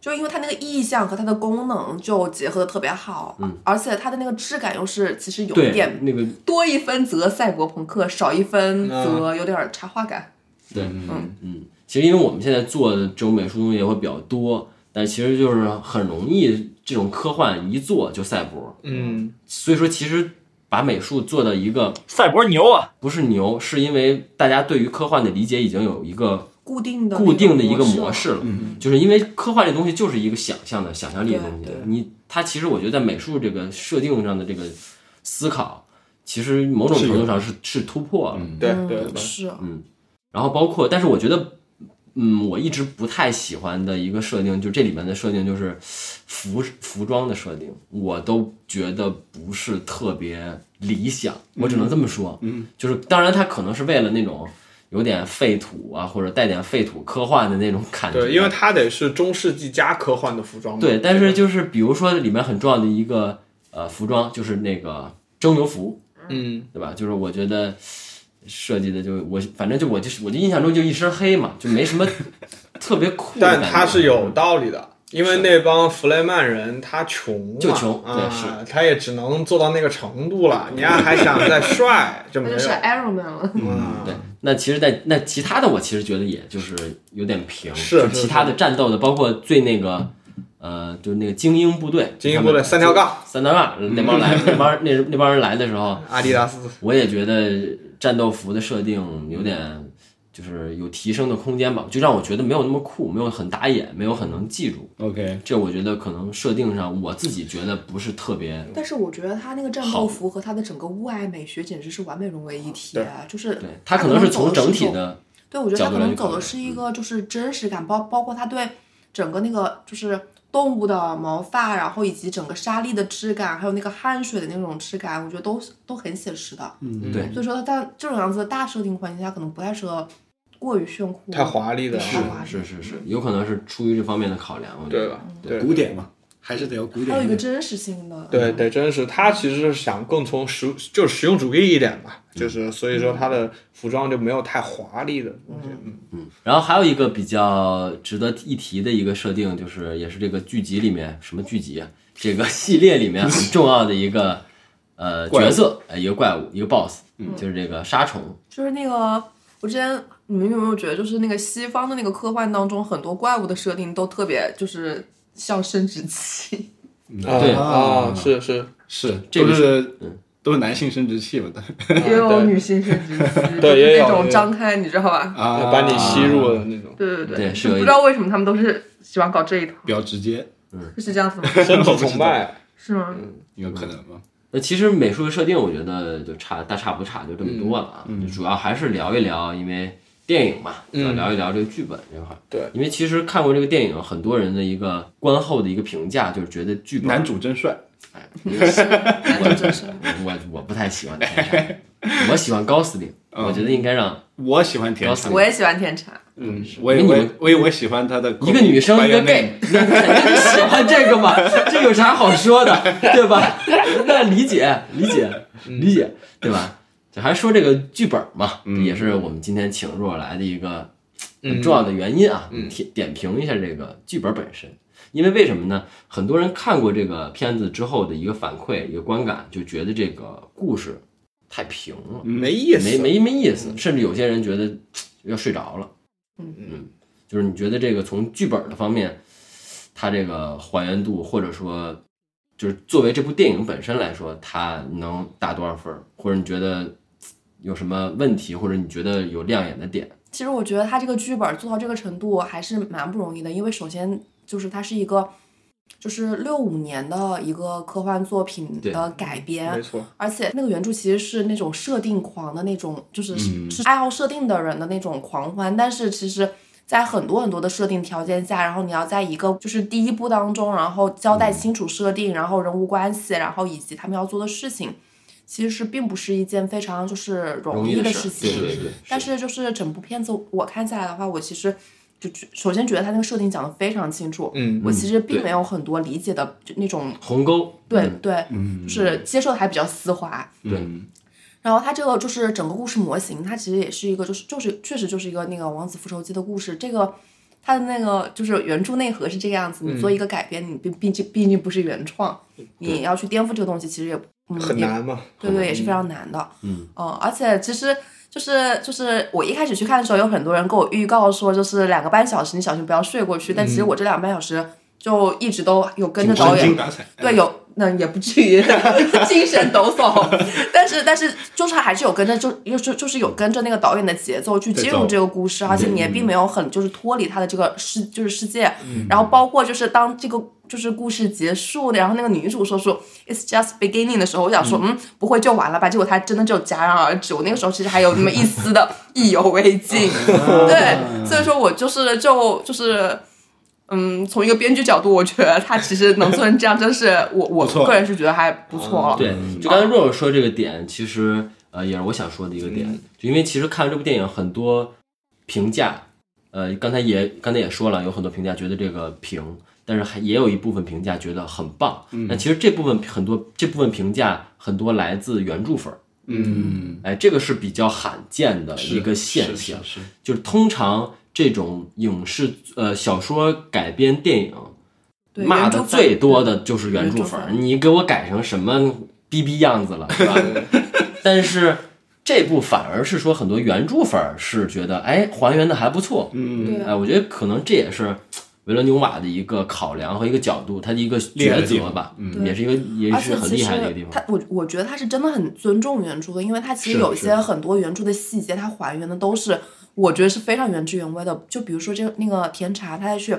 F: 就因为它那个意象和它的功能就结合的特别好，而且它的那个质感又是其实有一
A: 对
F: 点
A: 那个
F: 多一分则赛博朋克，少一分则有点插画感。
B: 嗯
A: 对，嗯嗯，其实因为我们现在做的这种美术东西也会比较多，但其实就是很容易这种科幻一做就赛博，
C: 嗯，
A: 所以说其实把美术做到一个
E: 赛博牛啊！
A: 不是牛，是因为大家对于科幻的理解已经有一个
F: 固定的
A: 固定的
F: 那
A: 一个
F: 种
A: 模式了，
B: 嗯
A: 就是因为科幻这东西就是一个想象的想象力的东西
F: 对对，
A: 你它其实我觉得在美术这个设定上的这个思考，其实某种
B: 是有
A: 程度上是是突破了，
B: 嗯，
C: 对
F: 嗯
C: 对对，
F: 是
A: 然后包括，但是我觉得，嗯，我一直不太喜欢的一个设定，就这里面的设定就是服服装的设定，我都觉得不是特别理想，我只能这么说。嗯，就是当然，它可能是为了那种有点废土啊，或者带点废土科幻的那种感觉。
C: 对，因为它得是中世纪加科幻的服装嘛。
A: 对，但是就是比如说里面很重要的一个呃服装，就是那个蒸馏服。
C: 嗯，
A: 对吧？就是我觉得设计的就我反正就我就是我就印象中就一身黑嘛，就没什么特别酷的感
C: 但
A: 觉。
C: 它是有道理的，因为那帮弗雷曼人他穷嘛，
A: 就穷对
C: 啊，
A: 是
C: 他也只能做到那个程度了。你要还想 再帅，就
F: 那
C: 没
F: 就
C: 有
F: 是 Iron Man 了。
C: 嗯
A: 对，那其实在，那其他的我其实觉得也就是有点平，
C: 是
A: 就是其他的战斗的，包括最那个呃，就是那个精英部队，
C: 精英部队
A: 他们
C: 三条杠，嗯
A: 三条杠那帮来那帮那那帮人来的时候，
C: 阿迪达斯，
A: 我也觉得战斗服的设定有点就是有提升的空间吧，就让我觉得没有那么酷，没有很打眼，没有很能记住。
B: OK，
A: 这我觉得可能设定上，我自己觉得不是特别
F: 但是我觉得他那个战斗服和他的整个物爱美学简直是完美融为一体，啊就是
A: 对，它可能是从整体的
F: 对，我觉得
A: 角
F: 他
A: 度
F: 可
A: 来
F: 能
A: 去
F: 走
A: 考
F: 的
A: 虑嗯
F: 是一个就是真实感，包包括他对整个那个就是动物的毛发，然后以及整个沙粒的质感，还有那个汗水的那种质感，我觉得都都很写实的。
B: 嗯
A: 对
F: 所以说，在这种样子的大设定环境下，可能不太适合过于炫酷，
C: 太华丽的啊，
F: 太华丽。
A: 是是是，有可能是出于这方面的考量，我觉
C: 对
A: 得。
C: 吧？对
B: 古典嘛，还是得有古典。
F: 还有一个真实性的，
C: 对对，真是他其实是想更从实就是实用主义一点嘛，
A: 嗯
C: 就是所以说他的服装就没有太华丽的东西。嗯，
A: 然后还有一个比较值得一提的一个设定，就是也是这个剧集里面什么剧集啊，这个系列里面很重要的一个呃
B: 怪物嗯
A: 角色，呃一个怪物，一个 boss，就是这个沙虫。
F: 就是那个，我之前你们有没有觉得，就是那个西方的那个科幻当中，很多怪物的设定都特别就是像生殖 器，
A: 对
C: 啊，是是，
B: 是，
A: 这个
B: 都是都是男性生殖器嘛，
F: 也有女性生殖器，
C: 对也
F: 就是
C: 有
F: 那种
C: 也
F: 张开，你知道吧？
B: 啊，
C: 把你吸入的 那种，
F: 对对对
A: 对是
F: 就
A: 有
F: 不
A: 一
F: 知道为什么他们都是喜欢搞这一套，
B: 比较直接，
F: 是这样子吗？
C: 身体崇拜。
F: 是吗？
A: 嗯
B: 有可能吗？
A: 那其实美术的设定，我觉得就差大差不差，就这么多了啊。就主要还是聊一聊，因为电影嘛，
C: 嗯
A: 要聊一聊这个剧本这块儿。
C: 对
A: 因为其实看过这个电影，很多人的一个观后的一个评价就是觉得剧本
B: 男，主真帅，
F: 男主 真是
A: 我我不太喜欢天山，我喜欢高司令，
C: 嗯
A: 我觉得应该让
B: 我喜欢
A: 高
B: 甜
A: 司
B: 茶，
A: 令
F: 我。也喜欢甜茶，
B: 嗯，我也
A: 那你
B: 我
A: 们
B: 也我也我喜欢他的
A: 一个女生一个
B: Bayonet
A: gay，那肯定喜欢这个嘛，这有啥好说的，对吧？那理解理解理解，对吧？这还说这个剧本嘛，也是我们今天请若来的一个很重要的原因啊，点点评一下这个剧本本身。因为为什么呢？很多人看过这个片子之后的一个反馈、一个观感，就觉得这个故事太平了，
C: 没意思，
A: 嗯没没没意思，甚至有些人觉得要睡着了。
F: 嗯
A: 嗯，就是你觉得这个从剧本的方面，它这个还原度，或者说就是作为这部电影本身来说，它能打多少分儿？或者你觉得有什么问题，或者你觉得有亮眼的点？
F: 其实我觉得他这个剧本做到这个程度还是蛮不容易的，因为首先就是它是一个，就是六五年的一个科幻作品
A: 对
F: 的改编，
C: 没错，
F: 而且那个原著其实是那种设定狂的那种，就是
A: 嗯
F: 是爱好设定的人的那种狂欢，但是其实。在很多很多的设定条件下，然后你要在一个就是第一部当中，然后交
A: 嗯
F: 代清楚设定，然后人物关系，然后以及他们要做的事情，其实是并不是一件非常就是容
A: 容易
F: 易
A: 的
F: 的
A: 事
F: 事
A: 对
F: 情。
A: 对对，
F: 但是就是整部片子我看下来的话，我其实就觉首先觉得他那个设定讲的非常清楚，
C: 嗯
F: 我其实
A: 对
F: 并没有很多理解的就那种，
A: 鸿沟，
F: 对对，
C: 嗯
F: 就是接受的还比较丝滑。
A: 对，
F: 然后它这个就是整个故事模型，它其实也是一个就是就是确实就是一个那个王子复仇记的故事，这个。它的那个就是原著内核是这个样
C: 嗯
F: 子，你做一个改编，你毕毕竟毕竟不是原创，你要去颠覆这个东西，其实也嗯
C: 很
F: 也
C: 难嘛。
F: 对对，也是非常难的。嗯，而且其实就是就是我一开
C: 嗯
F: 始去看的时候，有很多人跟我预告说，就是两个半小时，你小心不要睡过去。但其实我这两个半小时就一直都有跟着
B: 挺
F: 导
B: 身经
F: 演，
B: 打采，嗯
F: 对，有那也不至于 精神抖擞，但是但是就是还是有跟着，就就是就是有跟着那个导演的节奏去进
B: 节奏嗯
F: 入这个故事，而且你也并没有很就是脱离他的这个世就是世界，
B: 嗯
F: 然后包括就是当这个。就是故事结束的，然后那个女主说出 "It's just beginning" 的时候，我想说，嗯，不会就完了吧？结果她真的就戛然而止。我那个时候其实还有那么一丝的 意犹未尽，
B: 啊
F: 对，所以说我就是就就是，嗯，从一个编剧角度，我觉得她其实能做成这样，真是我我
B: 不错
F: 个人是觉得还不错了。
A: 对，
B: 嗯
A: 就刚才若若说这个点，其实呃也是我想说的一个点，
B: 嗯
A: 就因为其实看了这部电影很多评价，呃，刚才也刚才也说了，有很多评价觉得这个平，但是还也有一部分评价觉得很棒。
B: 嗯
A: 那其实这部分很多这部分评价很多来自原著粉儿，
B: 嗯，
A: 哎，这个是比较罕见的
B: 是
A: 一个现象。
B: 是是是
A: 就是通常这种影视呃小说改编电影，
F: 对
A: 骂的最多的就是原
F: 原
A: 著
F: 著
A: 粉
F: 粉
A: 儿，你给我改成什么逼逼样子了，是吧？ 但是这部反而是说很多原著粉儿是觉得，哎，还原的还不错，
B: 嗯，
F: 对
A: 哎，我觉得可能这也是。维伦纽瓦的一个考量和一个角度，他的一个
B: 厉害
A: 抉
B: 的地
A: 择
B: 方
A: 吧，
B: 嗯
F: 对
A: 也是一个也
F: 而
A: 是
F: 且
A: 很
F: 其
A: 厉
F: 实
A: 害的一个地方。
F: 他我我觉得他是真的很尊重原著的，因为他其
B: 是
F: 实有一
B: 是
F: 些很多原著的细节，他还原的都是我觉得是非常原汁原味的。就比如说这那个甜茶，他要去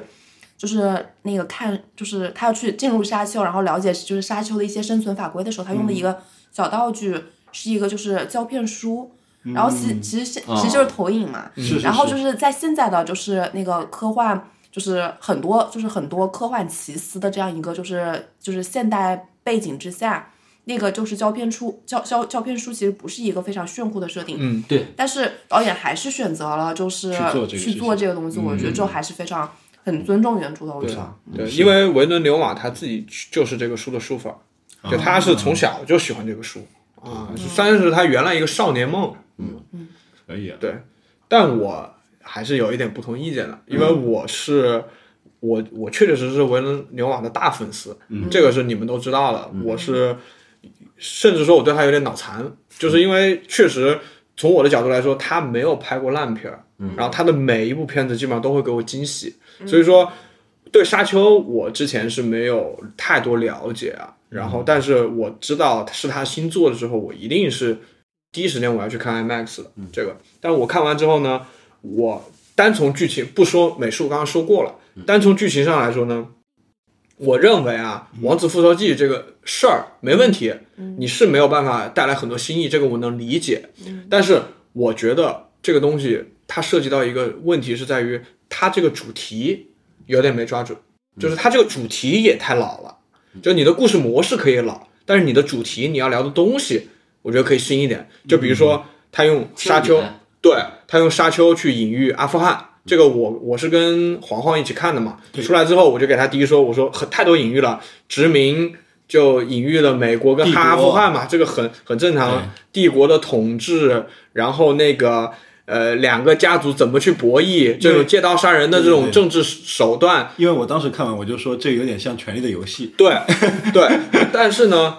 F: 就是那个看，就是他要去进入沙丘，然后了解就是沙丘的一些生存法规的时候，他
A: 嗯
F: 用的一个小道具、是一个就是胶片书。然后其其实是
A: 哦
F: 其实就是投影嘛，
B: 嗯是是
F: 然后
B: 是
F: 就是在现在的就是那个科幻，就是很多就是很多科幻奇思的这样一个就是就是现代背景之下，那个就是胶片书胶胶胶片书其实不是一个非常炫酷的设定，
C: 嗯
A: 对，
F: 但是导演还是选择了就是
B: 去做这个事情嗯
F: 去做这个东西，我觉得这还是非常很尊重原著的，我觉得。
C: 对，因为维伦纽瓦他自己就是这个书的书粉儿，就他是从小就喜欢这个书啊，算是他原来一个少年梦。
B: 可以啊，
C: 对，但我还是有一点不同意见的，因为我是、我我确确实实是维伦纽瓦的大粉丝，这个是你们都知道的。我是甚至说我对他有点脑残，就是因为确实从我的角度来说，他没有拍过烂片儿，然后他的每一部片子基本上都会给我惊喜，所以说。对《沙丘》，我之前是没有太多了解啊，然后但是我知道是他新做的之后，我一定是第一时间我要去看 IMAX 的这个。但是我看完之后呢，我单从剧情不说美术，刚刚说过了，单从剧情上来说呢，我认为啊，《王子复仇记》这个事儿没问题，你是没有办法带来很多新意，这个我能理解。但是我觉得这个东西它涉及到一个问题是在于它这个主题有点没抓准，就是它这个主题也太老了，就你的故事模式可以老，但是你的主题你要聊的东西，我觉得可以新一点。就比如说他用沙丘
A: 青年，
C: 对他用沙丘去隐喻阿富汗。这个我我是跟黄黄一起看的嘛，出来之后我就给他第一说，我说很太多隐喻了，殖民就隐喻了美国跟
B: 帝国
C: 阿富汗嘛，这个很很正常，帝国的统治，然后那个呃两个家族怎么去博弈，这种借刀杀人的这种
B: 对对
C: 政治手段，
B: 因为我当时看完我就说这有点像《权力的游戏》，
C: 对对，但是呢，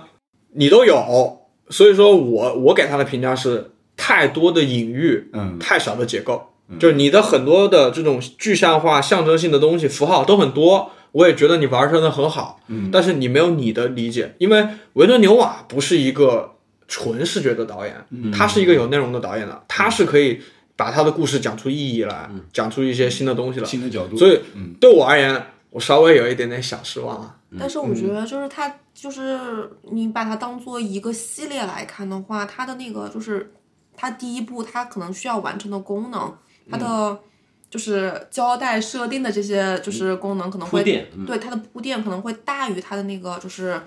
C: 你都有，所以说我我给他的评价是太多的隐喻，
B: 嗯
C: 太少的结构，就是你的很多的这种具象化、象征性的东西，符号都很多。我也觉得你玩真的很好，嗯，但是你没有你的理解，因为维伦纽瓦不是一个纯视觉的导演，他是一个有内容的导演的，他是可以把他的故事讲出意义来，讲出一些新的东西来。
B: 新的角度，
C: 所以对我而言，我稍微有一点点小失望
A: 嗯
C: 啊。
F: 但是我觉得就是它就是你把它当做一个系列来看的话，它的那个就是它第一步它可能需要完成的功能，
A: 嗯
F: 它的就是交代设定的这些就是功能可能
A: 铺
F: 会
A: 垫嗯
F: 对它的铺垫可能会大于它的那个就是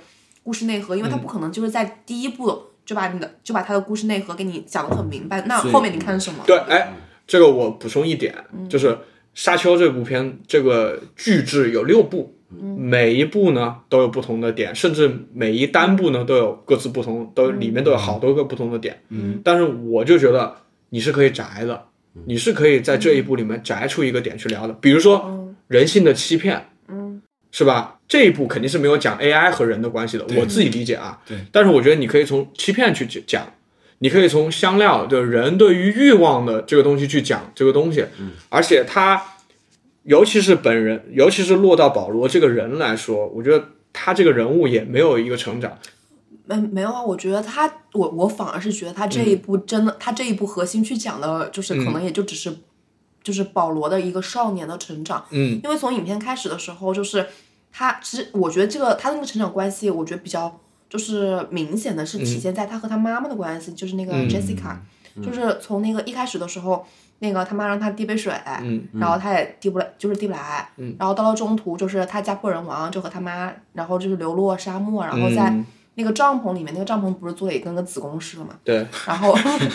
F: 故事内核，因为它
A: 嗯
F: 不可能就是在第一步。就把你的就把它的故事内核给你讲得很明白，那
A: 所以
F: 后面你看什么？
C: 对，哎，这个我补充一点，就是《沙丘》这部片，这个巨制有六部，每一部呢都有不同的点，甚至每一单部呢都有各自不同，都里面都有好多个不同的点。嗯，但是我就觉得你是可以摘的，你是可以在这一部里面摘出一个点去聊的，比如说人性的欺骗，
F: 嗯，
C: 是吧？这一部肯定是没有讲 AI 和人的关系的，我自己理解啊。
B: 对，
C: 但是我觉得你可以从欺骗去讲，你可以从香
F: 嗯
C: 料，就是人对于欲望的这个东西去讲这个东西，而且它尤其是本人，尤其是落到保罗这个人来说，我觉得他这个人物也没有一个成长。
F: 没没有啊，我觉得他，我我反而是觉得他这一部真的，他这一部核心去讲的，就是可能也就只是，就是保罗的一个少年的成长。
C: 嗯，
F: 因为从影片开始的时候，就是他其实我觉得这个他的那个成长关系，我觉得比较就是明显的是
C: 嗯
F: 体现在他和他妈妈的关系，就是那个 Jessica，、就是从那个一开始的时候，那个他妈让他递杯水，
C: 嗯
F: 然后他也递不来，就是递不来，
C: 嗯
F: 然后到了中途就是他家破人亡，就和他妈，然后就是流落沙漠，然后
C: 嗯
F: 在那个帐篷里面，那个帐篷不是做了一个那个子公司嘛，
C: 对，
F: 然后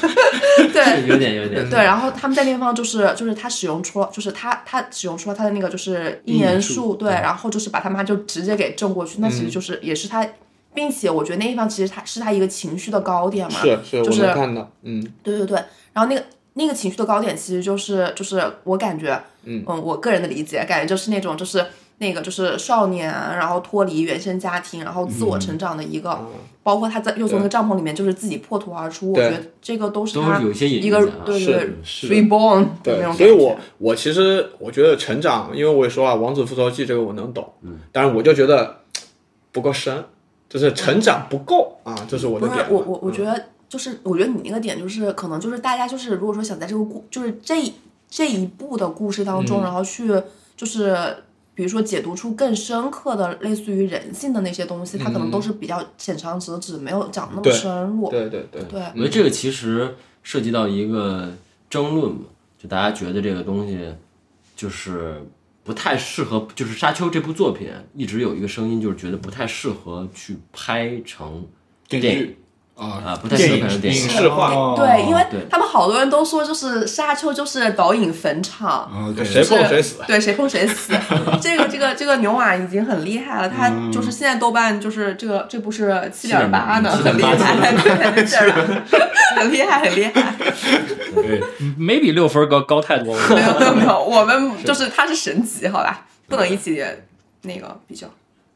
F: 对，
A: 有点有点，
F: 对，然后他们在那个地方就是就是他使用出了，就是他他使用出了他的那个就是应援术，对，嗯然后就是把他妈就直接给震过去，那其实就是也是他，并且我觉得那地方其实他是他一个情绪的高点嘛，
C: 是是，
F: 就
C: 我
F: 是
C: 能看到，嗯
F: 对对对，然后那个那个情绪的高点其实就是就是我感觉，
C: 嗯
F: 我个人的理解感觉就是那种就是那个就是少年，啊然后脱离原生家庭，然后自
C: 嗯
F: 我成长的一个，包括他在又从那个帐篷里面就是自己破土而出，我
C: 对
F: 觉得这个都是
A: 都
F: 他
A: 是有一些隐
F: 一个
A: 喻的啊
F: 对
C: 是
F: 对
B: 是的
F: reborn 的那
C: 对，
F: 种
C: 所以
F: 感
C: 我
F: 觉
C: 我其实我觉得成长，因为我也说了，《啊王子复仇记》这个我能懂，嗯，但是我就觉得不够深，就是成长不够啊，这是我
F: 不
C: 的
F: 是
C: 点。嗯
F: 我我我觉得就是我觉得你那个点就是可能就是大家就是如果说想在这个故就是这一这一部的故事当中，然后去就是比如说解读出更深刻的类似于人性的那些东西，它可能都是比较浅尝辄止，没有讲那么
C: 对
F: 深入。
C: 对对对，
F: 对
A: 我觉得这个其实涉及到一个争论嘛，就大家觉得这个东西就是不太适合，就是《沙丘》这部作品一直有一个声音，就是觉得不太适合去拍成
B: 电
A: 电
B: 视
A: 影
B: 剧啊，
A: 啊，不太适合拍成
B: 影
A: 电
B: 影
A: 影。
B: 视化，
E: 哦
F: 对，因为
A: 对
F: 他们好多人都说，就是沙丘就是导引坟场，
B: 啊，对
C: 谁
F: 是
C: 碰谁死。
F: 对，谁碰谁死。这个这个这个牛马已经很厉害了，他就是现在豆瓣就是这个这不是七点八呢，很厉害，对，是吧很厉害，很厉害。
B: 对，
E: 嗯没比六分高高太多 了。
F: 没有没有没有，我们就是他是神级，好吧，不能一起那个比较。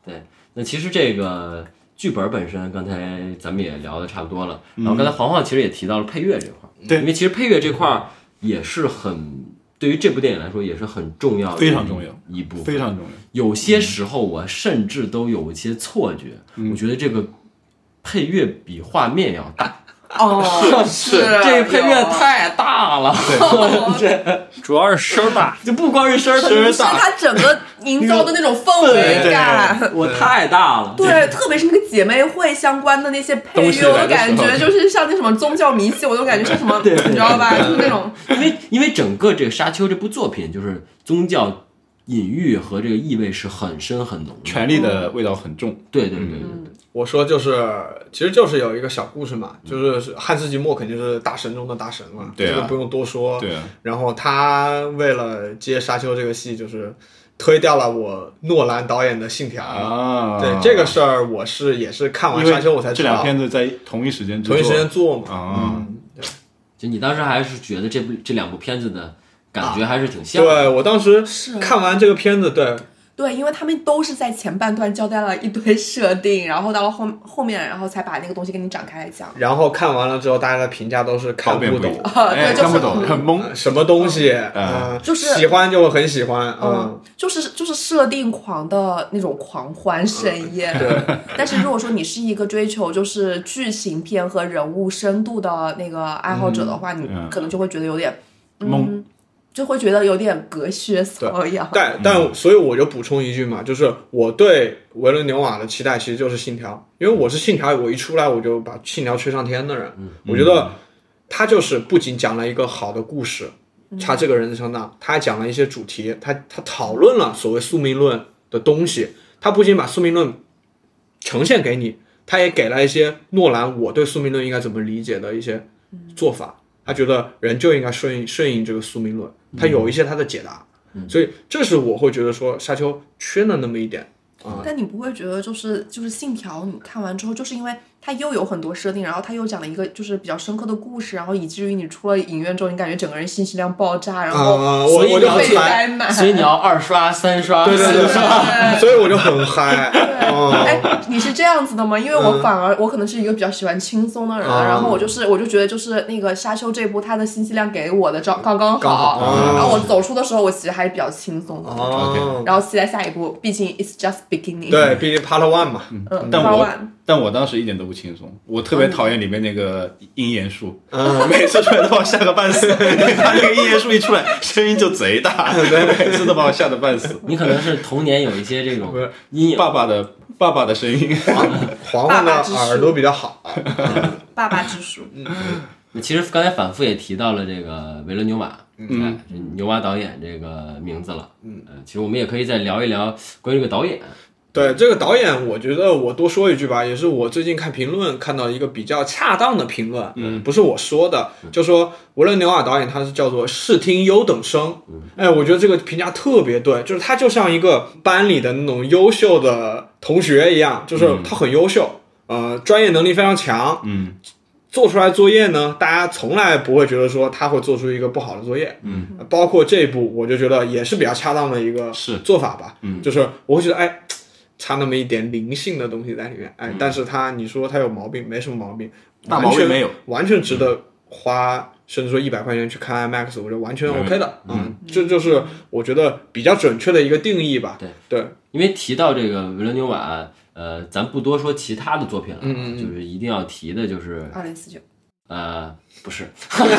A: 对，那其实这个剧本本身，刚才咱们也聊的差不多了。然后刚才黄黄其实也提到了配乐这块儿，
B: 嗯对
A: 因为其实配乐这块儿也是很对于这部电影来说也是很重要的，
B: 非常重要
A: 一部分
B: 非常重要，
A: 有些时候我甚至都有一些错觉，
C: 嗯
A: 我觉得这个配乐比画面要 大，
F: 哦，是
A: 这配乐太大了，
C: 啊
E: 主要是声儿大，
A: 就不光是声儿，
B: 声
A: 声
B: 儿
F: 是他整个营造的那种氛围感。
A: 我太大了。
F: 对，特别是那个姐妹会相关的那些配
B: 东西
F: 乐，我
B: 来
F: 都
B: 的
F: 感
B: 时候
F: 觉就是像那什么宗教迷信，我都感觉像什么，
A: 对对
F: 你知道吧？就是那种
A: 因为因为整个这个《沙丘》这部作品，就是宗教隐喻和这个意味是很深很浓的。
B: 权力的味道很重，
A: 对对对对对，
C: 我说就是，其实就是有一个小故事嘛，就是汉斯季默肯定是大神中的大神嘛，
B: 嗯对啊
C: 这个不用多说。
B: 对啊，
C: 然后他为了接《沙丘》这个戏，就是推掉了我诺兰导演的《信条》
B: 啊，
C: 对这个事儿，我是也是看完
B: 因
C: 《
B: 为
C: 沙丘》我才
B: 这
C: 知道，
B: 两片子在同一时间制作
C: 同一时间做嘛。
B: 啊
C: 嗯，
A: 就你当时还是觉得这部这两部片子的感觉还是挺像
C: 啊对
A: 的。
C: 我当时
F: 啊
C: 看完这个片子，对
F: 对，因为他们都是在前半段交代了一堆设定，然后到了后后面，然后才把那个东西给你展开来讲。
C: 然后看完了之后，大家的评价都是看
B: 考遍
C: 不
B: 不一
C: 懂呃
B: 样，
F: 啊对
B: 哎，
F: 就是
B: 看不懂，很懵，
C: 什么东西，嗯，
F: 就是
C: 喜欢就会很喜欢，嗯，
F: 就是就是设定狂的那种狂欢盛宴。
C: 对，
F: 但是如果说你是一个追求就是剧情片和人物深度的那个爱好者的话，
B: 嗯
F: 你可能就会觉得有点，嗯
B: 懵，
F: 就会觉得有点隔靴搔痒。
C: 但但所以我就补充一句嘛，就是我对维伦纽瓦的期待其实就是《信条》，因为我是《信条》，我一出来我就把《信条》吹上天的人，我觉得他就是不仅讲了一个好的故事，他这个人的成长，他还讲了一些主题，他他讨论了所谓宿命论的东西，他不仅把宿命论呈现给你，他也给了一些诺兰我对宿命论应该怎么理解的一些做法。他觉得人就应该顺应顺应这个宿命论，他有一些他的解答，所以这是我会觉得说沙丘缺了那么一点。
F: 但你不会觉得就是就是信条，你看完之后，就是因为它又有很多设定，然后它又讲了一个就是比较深刻的故事，然后以至于你出了影院之后，你感觉整个人信息量爆炸，然后
C: 啊，
A: 所
C: 我
A: 以
C: 我
A: 你
C: 就
A: 要
C: 很
F: 被
A: 去
C: 嗨，
F: 塞满。
A: 所以你要二刷、三刷、
C: 对对
A: 四刷。
C: 对，所以我就很嗨。哦，
F: 哎，你是这样子的吗？因为我反而我可能是一个比较喜欢轻松的人，
C: 嗯
F: 然后我就是我就觉得就是那个《沙丘》这部，它的信息量给我的刚刚刚
C: 刚好啊
F: 好，然后我走出的时候，我其实还是比较轻松的。
C: 哦，
F: 然后期待下一步，毕竟 it's just beginning。
C: 对，，毕竟 Part One 嘛，
F: 嗯，
B: 但
F: 八
B: 我
F: 万
B: 但我当时一点都不轻松，我特别
F: 嗯
B: 讨厌里面那个鹰眼树，
C: 嗯
B: 每次出来都把我吓个半死。他那个鹰眼树一出来，声音就贼大，每次都把我吓得半死。
A: 你可能是童年有一些这种
C: 不是
A: 阴影。
B: 爸爸的爸爸的声音，
C: 黄黄的耳朵比较好。
F: 爸爸之书，
C: 嗯
A: 其实刚才反复也提到了这个维伦纽瓦，
B: 嗯
A: 哎，牛蛙导演这个名字了。嗯，其实我们也可以再聊一聊关于这个导演。
C: 对这个导演，我觉得我多说一句吧，也是我最近看评论看到一个比较恰当的评论，嗯，不是我说的，就说维伦纽瓦导演他是叫做视听优等生，哎，我觉得这个评价特别对，就是他就像一个班里的那种优秀的同学一样，就是他很优秀，呃，专业能力非常强，
B: 嗯，
C: 做出来作业呢，大家从来不会觉得说他会做出一个不好的作业，嗯，包括这一步，我就觉得也是比较恰当的一个
B: 是
C: 做法吧，嗯，就是我会觉得哎，差那么一点灵性的东西在里面，哎，但是他你说他有毛病，没什么毛病，
B: 大
C: 完
B: 毛病
C: 全
B: 没有，
C: 完全值得花。甚至说一百块钱去看 IMAX，我觉得完全 OK 的，嗯，这就是我觉得比较准确的一个定义吧。
A: 对
C: 对，
A: 因为提到这个维伦纽瓦，呃，咱不多说其他的作品了，
C: 嗯嗯嗯
A: 就是一定要提的就是
F: 二零四九，
A: 呃，不是，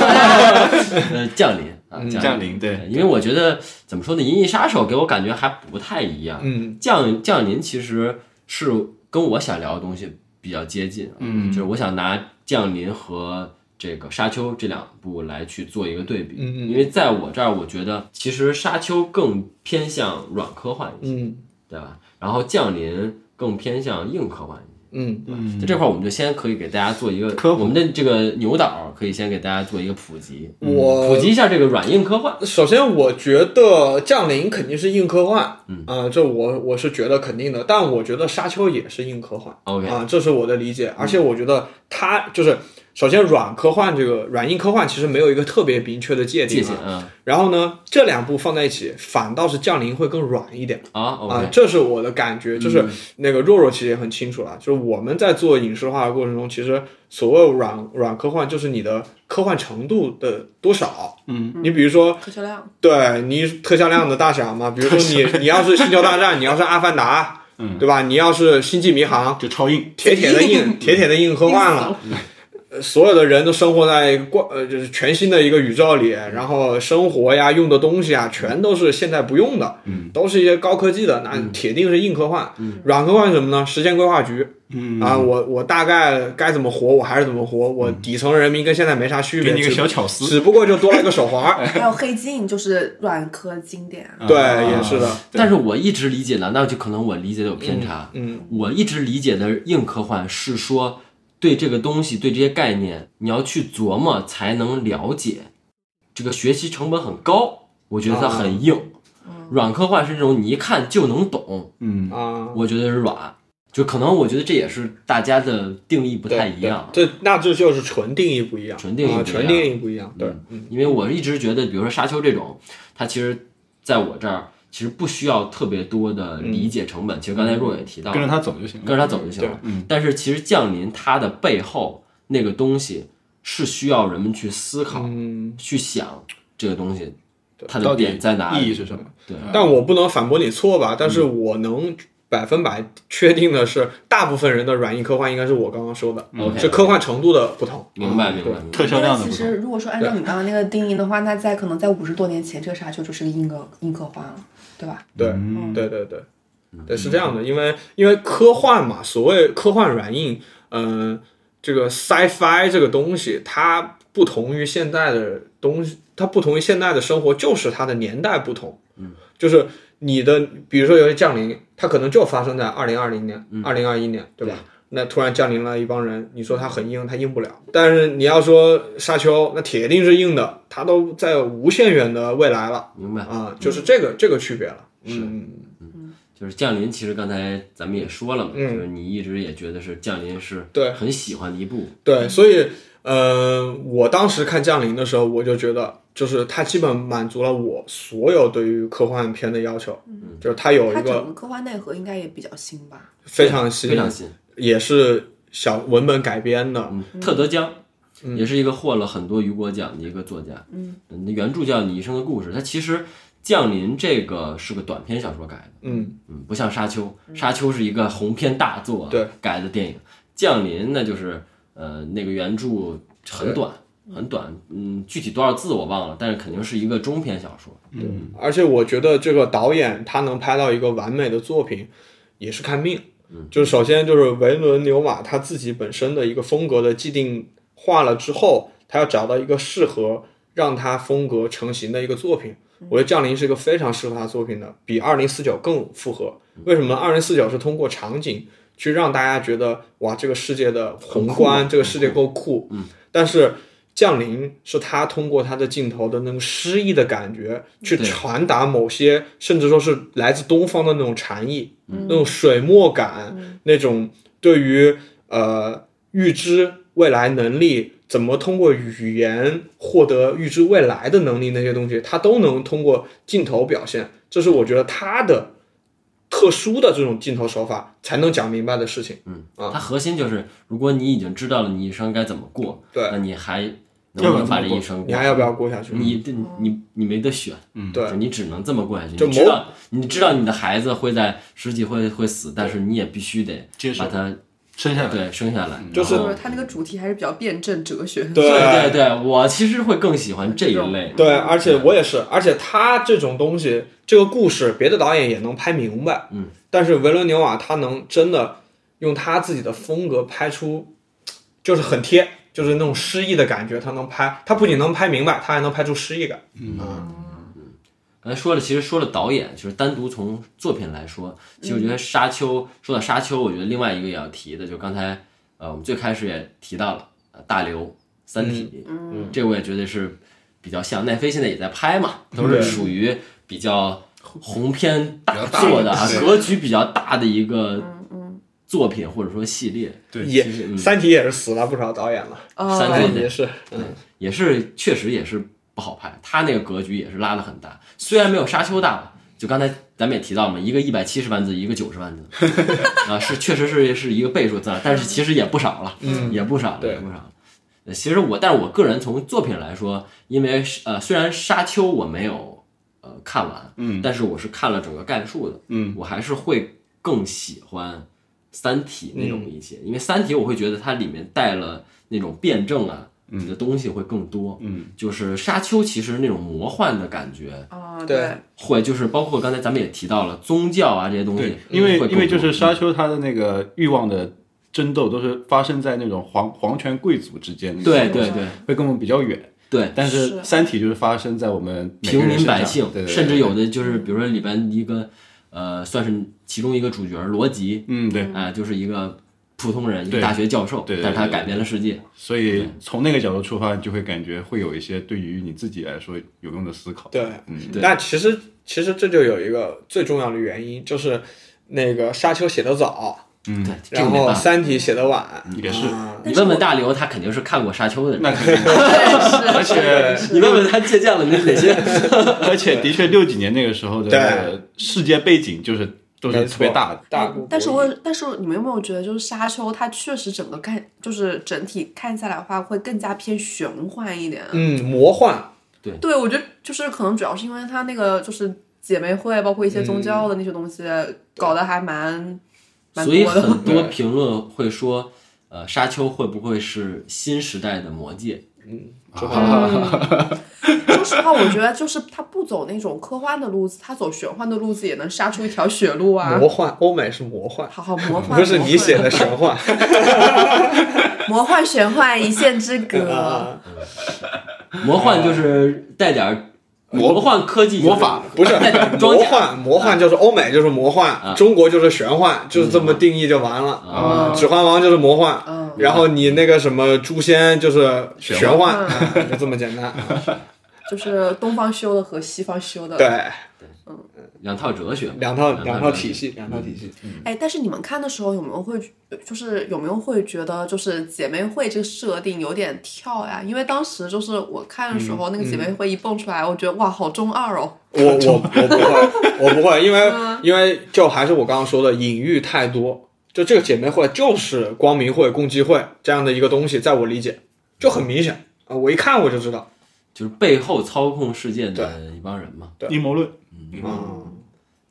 A: 呃，降临啊，临
B: 降临对，
A: 因为我觉得怎么说呢，《银翼杀手》给我感觉还不太一样。
C: 嗯
A: 降降临其实是跟我想聊的东西比较接近，嗯，就是我想拿降临和这个沙丘这两部来去做一个对比，
C: 嗯嗯
A: 因为在我这儿，我觉得其实沙丘更偏向软科幻一些，
C: 嗯
A: 对吧？然后降临更偏向硬科幻一些。
C: 嗯
A: 在这块儿，我们就先可以给大家做一个
B: 科普
A: 我们的这个牛导可以先给大家做一个普及，
C: 我
A: 普及一下这个软硬科幻。
C: 首先，我觉得《降临》肯定是硬科幻，嗯啊、这我我是觉得肯定的。但我觉得《沙丘》也是硬科幻
A: OK
C: 啊、这是我的理解。而且我觉得它就是，首先软科幻这个软硬科幻其实没有一个特别明确的界
A: 谢
C: 定
A: 谢，
C: 啊。
A: 嗯
C: 然后呢，这两部放在一起，反倒是《降临》会更软一点。
A: 啊
C: 啊，
A: ，OK，
C: 这是我的感觉，就是那个若若其实也很清楚了，就是我们在做影视化的过程中，其实所谓软软科幻，就是你的科幻程度的多少。嗯，你比如说
F: 科学量，
C: 对你特效量的大小嘛，比如说你你要是星球大战，你要是阿凡达，嗯，对吧？你要是星际迷航，
B: 就超硬。
C: 铁铁的硬铁铁的硬科幻了。呃所有的人都生活在一个怪呃，就是全新的一个宇宙里，然后生活呀、用的东西啊，全都是现在不用的，嗯，都是一些高科技的，那铁定是硬科幻。软科幻是什么呢？时间规划局。嗯啊，我我大概该怎么活，我还是怎么活，我底层人民跟现在没啥区别，
B: 给你一个
C: 只
B: 小巧思
C: 只不过就多了一个手环 儿。
F: 还有黑镜就是软科经典啊。
C: 对，
B: 啊
C: 也是的。
A: 但是我一直理解，难道就可能我理解的有偏差？
C: 嗯，
A: 我一直理解的硬科幻是说，对这个东西、对这些概念，你要去琢磨才能了解，这个学习成本很高，我觉得它很硬。软科幻是那种你一看就能懂，
B: 嗯，
C: 啊，
A: 我觉得是软。就可能我觉得这也是大家的定义不
C: 对
A: 太一样，
C: 对这那这就是纯定义不一样，
A: 纯定义不
C: 啊
A: 一样
C: 纯定义不一样，对，
A: 因为我一直觉得，比如说《沙丘》这种，它其实在我这儿其实不需要特别多的理解成本。其实刚才若也提到了，
B: 跟着他走就行
A: 啊跟
B: 了。
A: 着他走就行了。但是其实降临它的背后那个东西是需要人们去思考、
C: 嗯，
A: 去想这个东西它的
B: 到底
A: 点在哪里，
B: 意义是什么？
A: 对，
C: 但我不能反驳你错吧，但是
A: 嗯
C: 我能百分百确定的是，大部分人的软硬科幻应该是我刚刚说的，
A: 嗯 OK
C: 是科幻程度的不同，
A: 明白
C: 嗯
A: 明
C: 对
A: 白。明白
B: 特效
F: 因为
B: 量的
F: 其
B: 不
F: 实，
B: 同。
F: 如果说按照你刚刚那个定义的话，那在可能在五十多年前，这个沙丘就是个硬科硬科幻了，对吧？
C: 对，
B: 嗯
C: 对对对，对是这样的，因为因为科幻嘛，所谓科幻软硬，嗯、这个 sci-fi 这个东西，它不同于现代的东西，它不同于现代的生活，就是它的年代不同，嗯，就是你的，比如说有些降临，它可能就发生在二零二零年、二零二一年，嗯对吧？那突然降临了一帮人，你说它很硬，它硬不了。但是你要说沙丘，那铁定是硬的，它都在无限远的未来了
A: 明白。
C: 嗯啊、就是这个这个区别了。嗯，
A: 就是降临，其实刚才咱们也说了嘛，
C: 嗯
A: 就是你一直也觉得是降临是
C: 对
A: 很喜欢的一部，
C: 对，所以呃，我当时看《降临》的时候，我就觉得，就是它基本满足了我所有对于科幻片的要求，就是它有
F: 嗯它
C: 一
F: 整
C: 个
F: 个科幻内核应该也比较新吧？
C: 非常新，
A: 非常新。
C: 也是小文本改编的，
A: 嗯，特德·江、也是一个获了很多雨果奖的一个作家。嗯，原著叫《你一生的故事》，它其实《降临》这个是个短篇小说改的。
C: 嗯，
A: 嗯，不像《沙丘》，《沙丘》是一个鸿篇大作、
C: 对
A: 改的电影，《降临》那就是呃那个原著很短很短，嗯，具体多少字我忘了，但是肯定是一个中篇小说。
C: 嗯而且我觉得这个导演他能拍到一个完美的作品，也是看命。就是首先就是维伦纽瓦他自己本身的一个风格的既定化了之后，他要找到一个适合让他风格成型的一个作品。我觉得《降临》是一个非常适合他作品的，比《二零四九》更符合。为什么《二零四九》是通过场景去让大家觉得哇，这个世界的宏观，这个世界够酷。嗯，但是《降临》是他通过他的镜头的那种诗意的感觉去
A: 对
C: 传达某些，甚至说是来自东方的那种禅意，那种水墨感，那种对于呃预知未来能力，怎么通过语言获得预知未来的能力那些东西，他都能通过镜头表现。这是我觉得他的特殊的这种镜头手法才能讲明白的事情。
A: 嗯，
C: 啊
A: 它核心就是，如果你已经知道了你一生该怎么过，
C: 对
A: 那你还能
B: 要
A: 不
B: 不然
A: 能把这
B: 怎么
A: 一
B: 过
A: 生过？
C: 你还要不要过下去？
A: 你这你你你没得选，嗯
C: 对
A: 你只能这么过下去。
C: 就
A: 你知
C: 某
A: 道你知道你的孩子会在十几会会死，但是你也必须得
B: 接受
A: 把他
B: 生下来
A: 对生下来，
C: 就是
A: 然后
F: 它那个主题还是比较辩证哲学。
A: 对对对，我其实会更喜欢这一类。
C: 对，而且我也是，而且他这种东西，这个故事别的导演也能拍明白，
A: 嗯，
C: 但是维伦纽瓦他能真的用他自己的风格拍出，就是很贴，就是那种诗意的感觉，他能拍，他不仅能拍明白，他还能拍出诗意感，
A: 刚才说了，其实说了导演，就是单独从作品来说，其实我觉得《沙丘》说到《沙丘》，我觉得另外一个也要提的，就刚才呃我们最开始也提到了呃大刘《三体》，嗯，这我也觉得是比较像奈飞现在也在拍嘛，都是属于比较鸿篇大作的啊，
B: 比较大的
A: 格局比较大的一个作品或者说系列，
B: 对
C: 也
A: 其实
C: 《
A: 嗯
C: 三体》也是死了不少导演了，
F: 哦
A: 三
C: 三
A: 对
C: 体
A: 对
C: 也是，
A: 也是确实也是不好拍，他那个格局也是拉得很大，虽然没有沙丘大吧，就刚才咱们也提到嘛，一个一百七十万字，一个九十万字， 啊，是确实是是一个倍数字，但是其实也不少了，
C: 嗯
A: 也不少了，
C: 对
A: 也不少了。呃其实我，但是我个人从作品来说，因为呃，虽然沙丘我没有呃看完，嗯，但是我是看了整个概述的，
B: 嗯，
A: 我还是会更喜欢《三体》那种一些，
B: 嗯
A: 因为《三体》我会觉得它里面带了那种辩证啊。的东西会更多，
B: 嗯，
A: 就是沙丘其实那种魔幻的感觉，
F: 啊，
C: 对，
A: 会就是包括刚才咱们也提到了宗教啊这些东西
B: 对，，因为
A: 会更
B: 因为就是
A: 多嗯
B: 沙丘它的那个欲望的争斗都是发生在那种皇皇权贵族之间的，
A: 对对对
B: 会跟我们比较远。
A: 对，
B: 但
F: 是
B: 是《三体》就是发生在我们每个
A: 平
B: 人
A: 民
B: 身
A: 百
B: 上
A: 姓，
B: 对对对
A: 甚至有的就是比如说里边一个呃，算是其中一个主角罗辑，
B: 嗯对，
A: 啊、就是一个普通人，一个
B: 对
A: 大学教授，
B: 对对
A: 但是他
B: 对对
A: 改变了世界，
B: 所以
A: 嗯
B: 从那个角度出发，你就会感觉会有一些对于你自己来说有用的思考。
C: 对，
B: 嗯，
A: 对
C: 但其实其实这就有一个最重要的原因，就是那个《沙丘》写的早，
B: 嗯
A: 对，这个
C: 然
A: 没
C: 后《
A: 办法。嗯
C: 三体》写的晚，
B: 也是，
C: 啊
A: 你问问大刘，他肯定是看过《沙丘》的人。
B: 那肯 定。而且
A: 你问问他借鉴了哪些？
B: 而且的确，六几年那个时候的
C: 对
B: 世界背景就是都
C: 没
B: 是
C: 错
B: 特别大的。
C: 大国博弈，
F: 嗯但是我，但是你们有没有觉得，就是《沙丘》它确实整个看，就是整体看下来的话，会更加偏玄幻一点。啊
C: 嗯，魔幻，
F: 对，我觉得就是可能主要是因为它那个就是姐妹会，包括一些宗教
C: 嗯
F: 的那些东西，搞得还蛮 蛮
A: 所以
F: 多的。
A: 很多评论会说，呃，《沙丘》会不会是新时代的《魔戒
F: 嗯说实话，我觉得就是它不走那种科幻的路子，它走玄幻的路子，也能杀出一条血路啊。
C: 魔幻，欧美是魔幻，
F: 好好魔幻，
C: 不是
F: 魔
C: 你
F: 幻
C: 写的神话。
F: 魔幻玄幻一线 之
C: 嗯
F: 隔。
A: 魔幻就是带点 儿
B: 魔
A: 魔幻科技就是
B: 魔法
C: 不是
A: 带点 儿装
C: 魔
A: 甲。
C: 幻，魔幻就是欧美就是魔幻，中国就是玄幻，就是这么定义就完了。
F: 啊
C: 指环王就是魔幻
F: 嗯，
C: 然后你那个什么诛仙就是
B: 玄
F: 嗯
C: 玄幻，啊就这么简单。
F: 就是东方修的和西方修的。
C: 对，
A: 两套哲学，
C: 两套嗯两
A: 两
C: 套
A: 套
C: 体系，两套体系。
F: 哎，但是你们看的时候有没有会，呃就是有没有会觉得就是姐妹会这个设定有点跳呀？因为当时就是我看
C: 嗯
F: 的时候，那个姐妹会一蹦出来，我觉得哇，好中二哦。
C: 我我我不会，我不会，因为
F: 嗯
C: 因为就还是我刚刚说的，隐喻太多。就这个姐妹会就是光明会、共济会这样的一个东西，在我理解就很明显啊，我一看我就知道。
A: 就是背后操控世界的一帮人嘛，
C: 对
B: 阴谋论，
C: 嗯，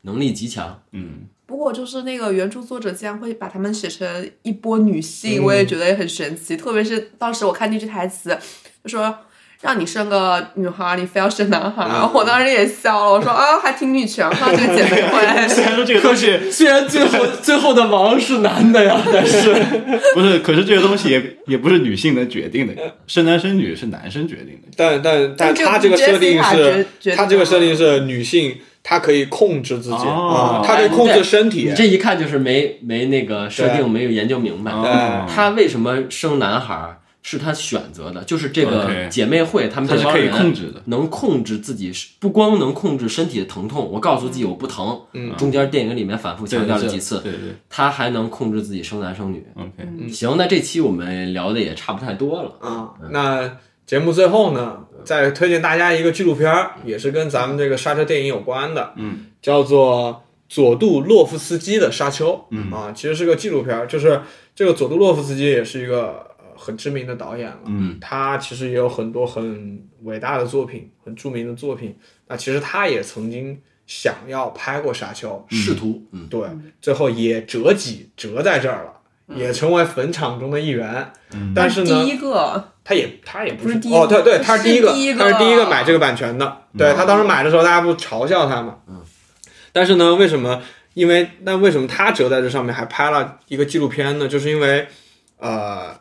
A: 能力极 强。
B: 嗯，
F: 不过就是那个原著作者竟然会把她们写成一波女性，
C: 嗯
F: 我也觉得也很神奇。特别是当时我看那句台词，就说让你生个女孩，你非要生男孩，
C: 嗯
F: 我当时也笑了，我说啊，还挺女权化这个姐妹
B: 虽
F: 会。
B: 然说这个 东西
A: 虽然最后最后的王是男的呀，但是
B: 不是，可是这个东西也也不是女性能决定的，生男生女是男生决定的。
C: 但但 但
F: 嗯就
C: 他这个设定
F: Jessica
C: 是
F: 觉，觉
C: 他
F: 得嗯
C: 这个设定是女性，她可以控制自己啊
B: 哦，
C: 她可以控制身体
A: 你。这一看就是没没那个设
C: 对啊
A: 定，没有研究明白。
B: 哦
A: 他为什么生男孩儿是他选择的，就是这个
B: OK
A: 姐妹会，他们
B: 它
A: 这
B: 是
A: 帮
B: 可以
A: 人
B: 控制的。
A: 能控制自己，不光能控制身体的疼痛，我告诉自己我不疼。
C: 嗯
A: 中间电影里面反复强调了几次，嗯
B: 对对对
A: 他还能控制自己生男生女。
B: ，OK，
F: 嗯
C: 嗯
A: 行，那这期我们聊的也差不太多了。
C: 啊，那节目最后呢，再推荐大家一个纪录片儿，也是跟咱们这个刹车电影有关的，嗯，叫做佐杜洛夫斯基的《沙丘》，嗯啊，其实是个纪录片儿，就是这个佐杜洛夫斯基也是一个呃很知名的导演了，嗯，他其实也有很多很伟大的作品，很著名的作品，那其实他也曾经想要拍过《沙丘》，
A: 试图，嗯，
C: 对，最后也折戟折在这儿了。也成为坟场中的一员，但是呢，
F: 第一个，
C: 他也他也不
F: 不是第一
C: 哦，对
F: 个
C: 对，
F: 不
C: 他
F: 是
C: 第一个，
F: 第一
C: 他是
F: 个
C: 第一个买这个版权的。
A: 嗯
C: 对他当时买的时候，大家不嘲笑他嘛。嗯。但是呢，为什么？因为那为什么他折在这上面还拍了一个纪录片呢？就是因为，呃，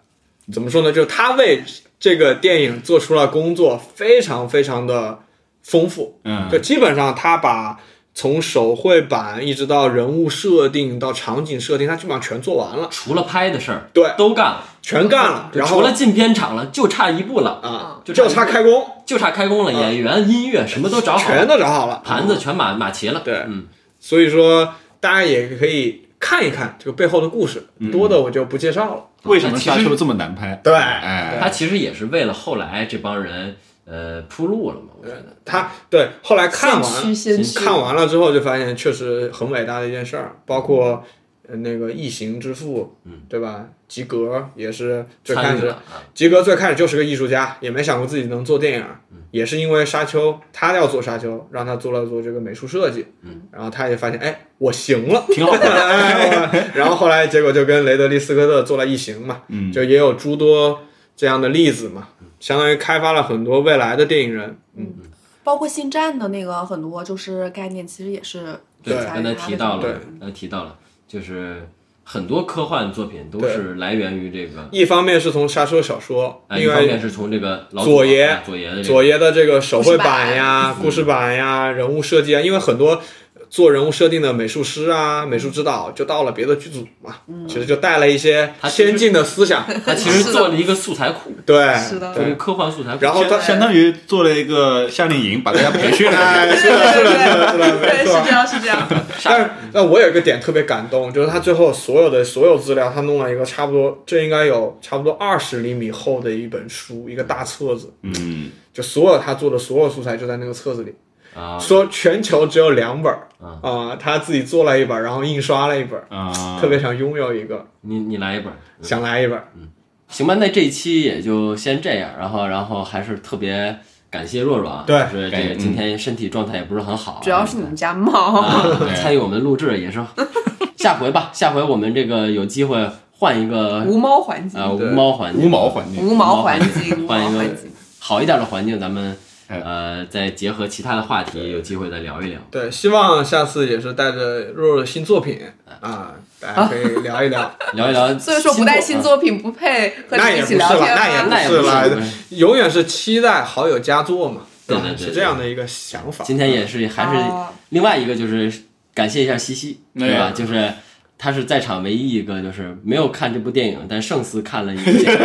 C: 怎么说呢？就是他为这个电影做出了工作，非常非常的丰富。
B: 嗯
C: 就基本上他把从手绘版一直到人物设定到场景设定，他基本上全做完了，
A: 除了拍的事儿，
C: 对
A: 都干了，
C: 全干了。然
A: 嗯除
C: 后
A: 了进片场了，就差一步了，
C: 啊，
A: 就
C: 就
A: 差
C: 差开工，
A: 就差开工了，演员、音乐什么都找好
C: 全
A: 了，
C: 都找好了。
A: 盘子全码码齐了。
C: 对
A: 嗯，
C: 所以说大家也可以看一看这个背后的故事，多的我就不介绍了。
B: 为什么沙丘这么难拍？
C: 对
B: 哎，
A: 他其实也是为了后来这帮人呃铺路了嘛，我觉得。
C: 他对后来看
F: 先驱
C: 完嗯
F: 先驱
C: 看完了之后，就发现确实很伟大的一件事儿，包括呃那个《异形之父》，对吧？吉格也是最开
A: 嗯参与
C: 始
A: 了，啊，
C: 吉格最开始就是个艺术家，也没想过自己能做电影，
A: 嗯
C: 也是因为《沙丘》，他要做《沙丘》，让他做了做这个美术设计，
A: 嗯
C: 然后他也发现，哎，我行了，
B: 挺好的。
C: 哎然后后来结果就跟雷德利·斯科特做了异形嘛，就也有诸多这样的例子嘛，
A: 嗯
C: 相当于开发了很多未来的电影人。嗯，
F: 包括星战的那个很多就是概念，其实也是
A: 对，
C: 对
A: 刚才提到
C: 对
A: 了，刚才提到了，就是很多科幻作品都
C: 对
A: 是来源于这个，
C: 一方面是从莎车小说，
A: 哎，一
C: 另
A: 方
C: 外
A: 面是从这个老
C: 左
A: 爷
C: 爷
A: 啊左爷的这
C: 左
A: 个
C: 爷的这个手绘版呀、故事
F: 嗯
C: 版呀、人物设计啊，因为很多。做人物设定的美术师啊，美术指导就到了别的剧组嘛，
F: 嗯
C: 其实就带了一些
A: 他其实
C: 先进的思想，
A: 他其实做了一个素材库，
C: 对，
F: 是的
A: 就是
C: 对，
A: 科幻素材库。
C: 然后 他
B: 相当于做了一个夏令营，把大家培训了。
C: 哎，是的，是的，是的，是的，
D: 对，
C: 没
D: 是
C: 错
D: 这。样，是这样。
C: 但是，但我有一个点特别感动，就是他最后所有的所有资料，他弄了一个差不多，这应该有差不多二十厘米厚的一本书，一个大册子，
B: 嗯，
C: 就所有他做的所有素材就在那个册子里。
A: 啊，
C: 说全球只有两本儿啊、他自己做了一本儿，然后印刷了一本儿，
B: 啊，
C: 特别想拥有一个，
A: 你你来一本儿，
C: 想来一本
A: 嗯
C: 儿。
A: 行吧，那这一期也就先这样，然后然后还是特别感谢若若啊，
C: 对
A: 就是
B: 感
A: 这个
B: 谢嗯
A: 今天身体状态也不是很好啊，
F: 主要是你们家猫，
A: 啊参与我们的录制也是，下回吧，下回我们这个有机会换一个
F: 无猫环境，
A: 啊无猫环境，
B: 无毛环境。
F: 无毛环境，无
A: 换
F: 毛
A: 一
F: 环
A: 个
F: 境。
A: 好一点的环境，咱们
B: 哎
A: 呃再结合其他的话题，有机会再聊一聊。
C: 对，希望下次也是带着若若的新作品
A: 嗯
C: 啊、大家可以聊 一聊。
A: 聊一聊星座，
F: 所以说不带新作品不配和你
C: 那
F: 们
C: 也
F: 一
C: 不
F: 起
C: 是
F: 聊
C: 了，
F: 天
C: 那也
F: 吗？
A: 那也不
C: 是
A: 是
C: 了
A: 不是，
C: 永远是期待好友佳作嘛，吧
A: 对对对
C: 是这样的一个想法。
A: 今天也是还是
F: 哦
A: 另外一个就是感谢一下西西，对吧？
B: 哎
A: 就是。他是在场唯一一个就是没有看这部电影，但胜似 看了一部电影，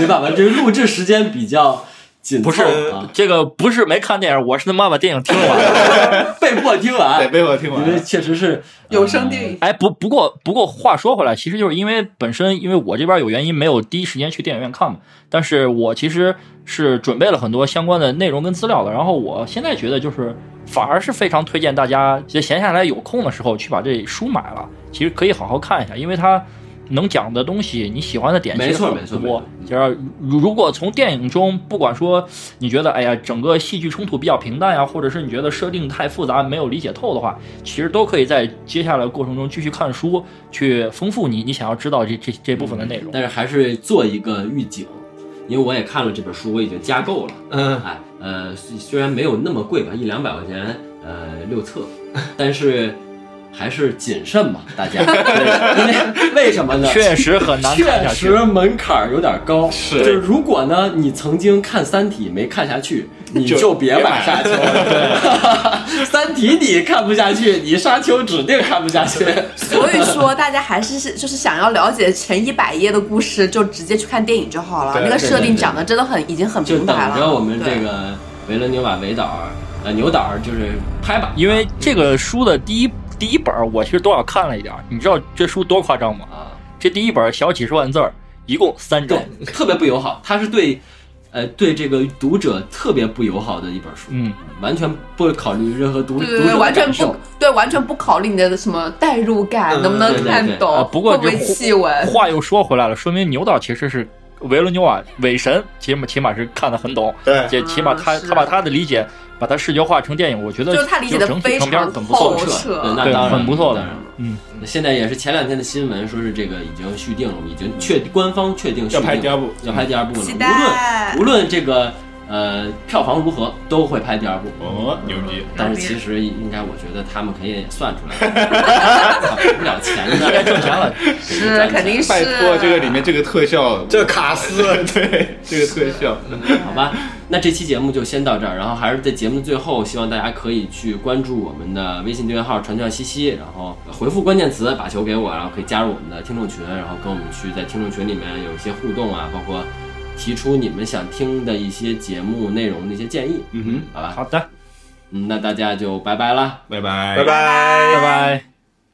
A: 没办法，这个录制时间比较紧
E: 不是
A: 凑啊，
E: 这个不是没看电影，我是他妈把电影听完。
A: 被迫听完
B: 得，被我听
A: 因
B: 完
A: 为
B: 了。
A: 确实是
D: 有声电
F: 嗯
D: 影。
E: 哎，不不过不过话说回来，其实就是因为本身因为我这边有原因，没有第一时间去电影院看嘛。但是我其实是准备了很多相关的内容跟资料的。然后我现在觉得就是反而是非常推荐大家，就闲下来有空的时候去把这书买了，其实可以好好看一下，因为它。能讲的东西，你喜欢的点其
A: 没
E: 实
A: 错
E: 很
A: 没错没
E: 多
A: 错。
E: 就是如如果从电影中，不管说你觉得哎呀整个戏剧冲突比较平淡呀，或者是你觉得设定太复杂没有理解透的话，其实都可以在接下来的过程中继续看书，去丰富你你想要知道这这这部分的
F: 嗯
E: 内容。
A: 呃但是还是做一个预警，因为我也看了这本书，我已经加购了。
C: 嗯，
A: 哎，呃，虽虽然没有那么贵吧，一两百块钱，呃，六册， 但是还是谨慎吧，大 家。对因为为什么呢？
E: 确实很难看
A: 确
E: 下去。
A: 实门槛儿有点高，
B: 是
A: 就是如果呢，你曾经看《三体》没看下 去，你
B: 就
A: 就别
B: 别
A: 买
B: 买
A: 沙 丘了。《三体》你看不下去，你沙丘指定看不下去。
F: 所以说，大家还是是就是想要了解前一百页的故事，就直接去看电影就好了。
B: 对
F: 那个
A: 对
F: 设
A: 对
F: 定
A: 对
F: 讲的真的很已经很
A: 就
F: 明
A: 等
F: 白了。
A: 着我们这
F: 对
A: 个维伦纽瓦维导儿，呃，牛导儿就是拍吧，
E: 因为这个书的第一第一本儿，我其实多少看了一点儿。你知道这书多夸张吗？
A: 啊，
E: 这第一本儿小几十万字儿，一共三章
A: 对。，特别不友好，它是对，呃，对这个读者特别不友好的一本书，
E: 嗯，
A: 完全不考虑任何读
F: 对
A: 读
F: 对对，
A: 者
F: 完全
A: 感
F: 不
A: 受。
F: 对，完全不考虑你的什么代入感，
C: 嗯
F: 能不
A: 对
F: 能
A: 对
F: 看
A: 对
F: 懂，
E: 啊不过
F: 会不哦会
E: 这话
F: 细闻。
E: 话又说回来了，说明牛导其实是维伦纽瓦伪神，起码起码是看得很懂，
B: 对，
E: 这起码他、
F: 啊是
E: 他把他的理解，把它视觉化成电影，我觉得
F: 就是他理解得
E: 整
F: 非
E: 体成片儿
F: 常
E: 很不
F: 透
E: 错
A: 透。彻，
F: 彻
A: 对，那
E: 对
A: 当然
E: 很不错的
A: 当然
E: 嗯，
A: 现在也是前两天的新闻，说是这个已经续订了，已经确官方确定续
B: 要
A: 订
B: 拍第二部，
A: 要拍第二部了。
F: 期
A: 无论
F: 待
A: 无论这个呃票房如何，都会拍第二部。
B: 哦，牛逼！
A: 但是其实应该，我觉得他们肯定也算出来了，他赔不了钱的，该挣钱了，
F: 是肯定是
B: 拜托，这个里面这个特效，
C: 这卡斯
B: 对这个特效，
A: 好吧，那这期节目就先到这儿，然后还是在节目的最后，希望大家可以去关注我们的微信订阅号“传教西西”，然后回复关键词“把球给我”，然后可以加入我们的听众群，然后跟我们去在听众群里面有一些互动啊，包括提出你们想听的一些节目内容的一些建议，
B: 嗯
A: 好吧，
E: 好的，
A: 嗯，那大家就拜拜啦。
B: 哼，拜拜，
C: 拜拜。
E: 拜拜。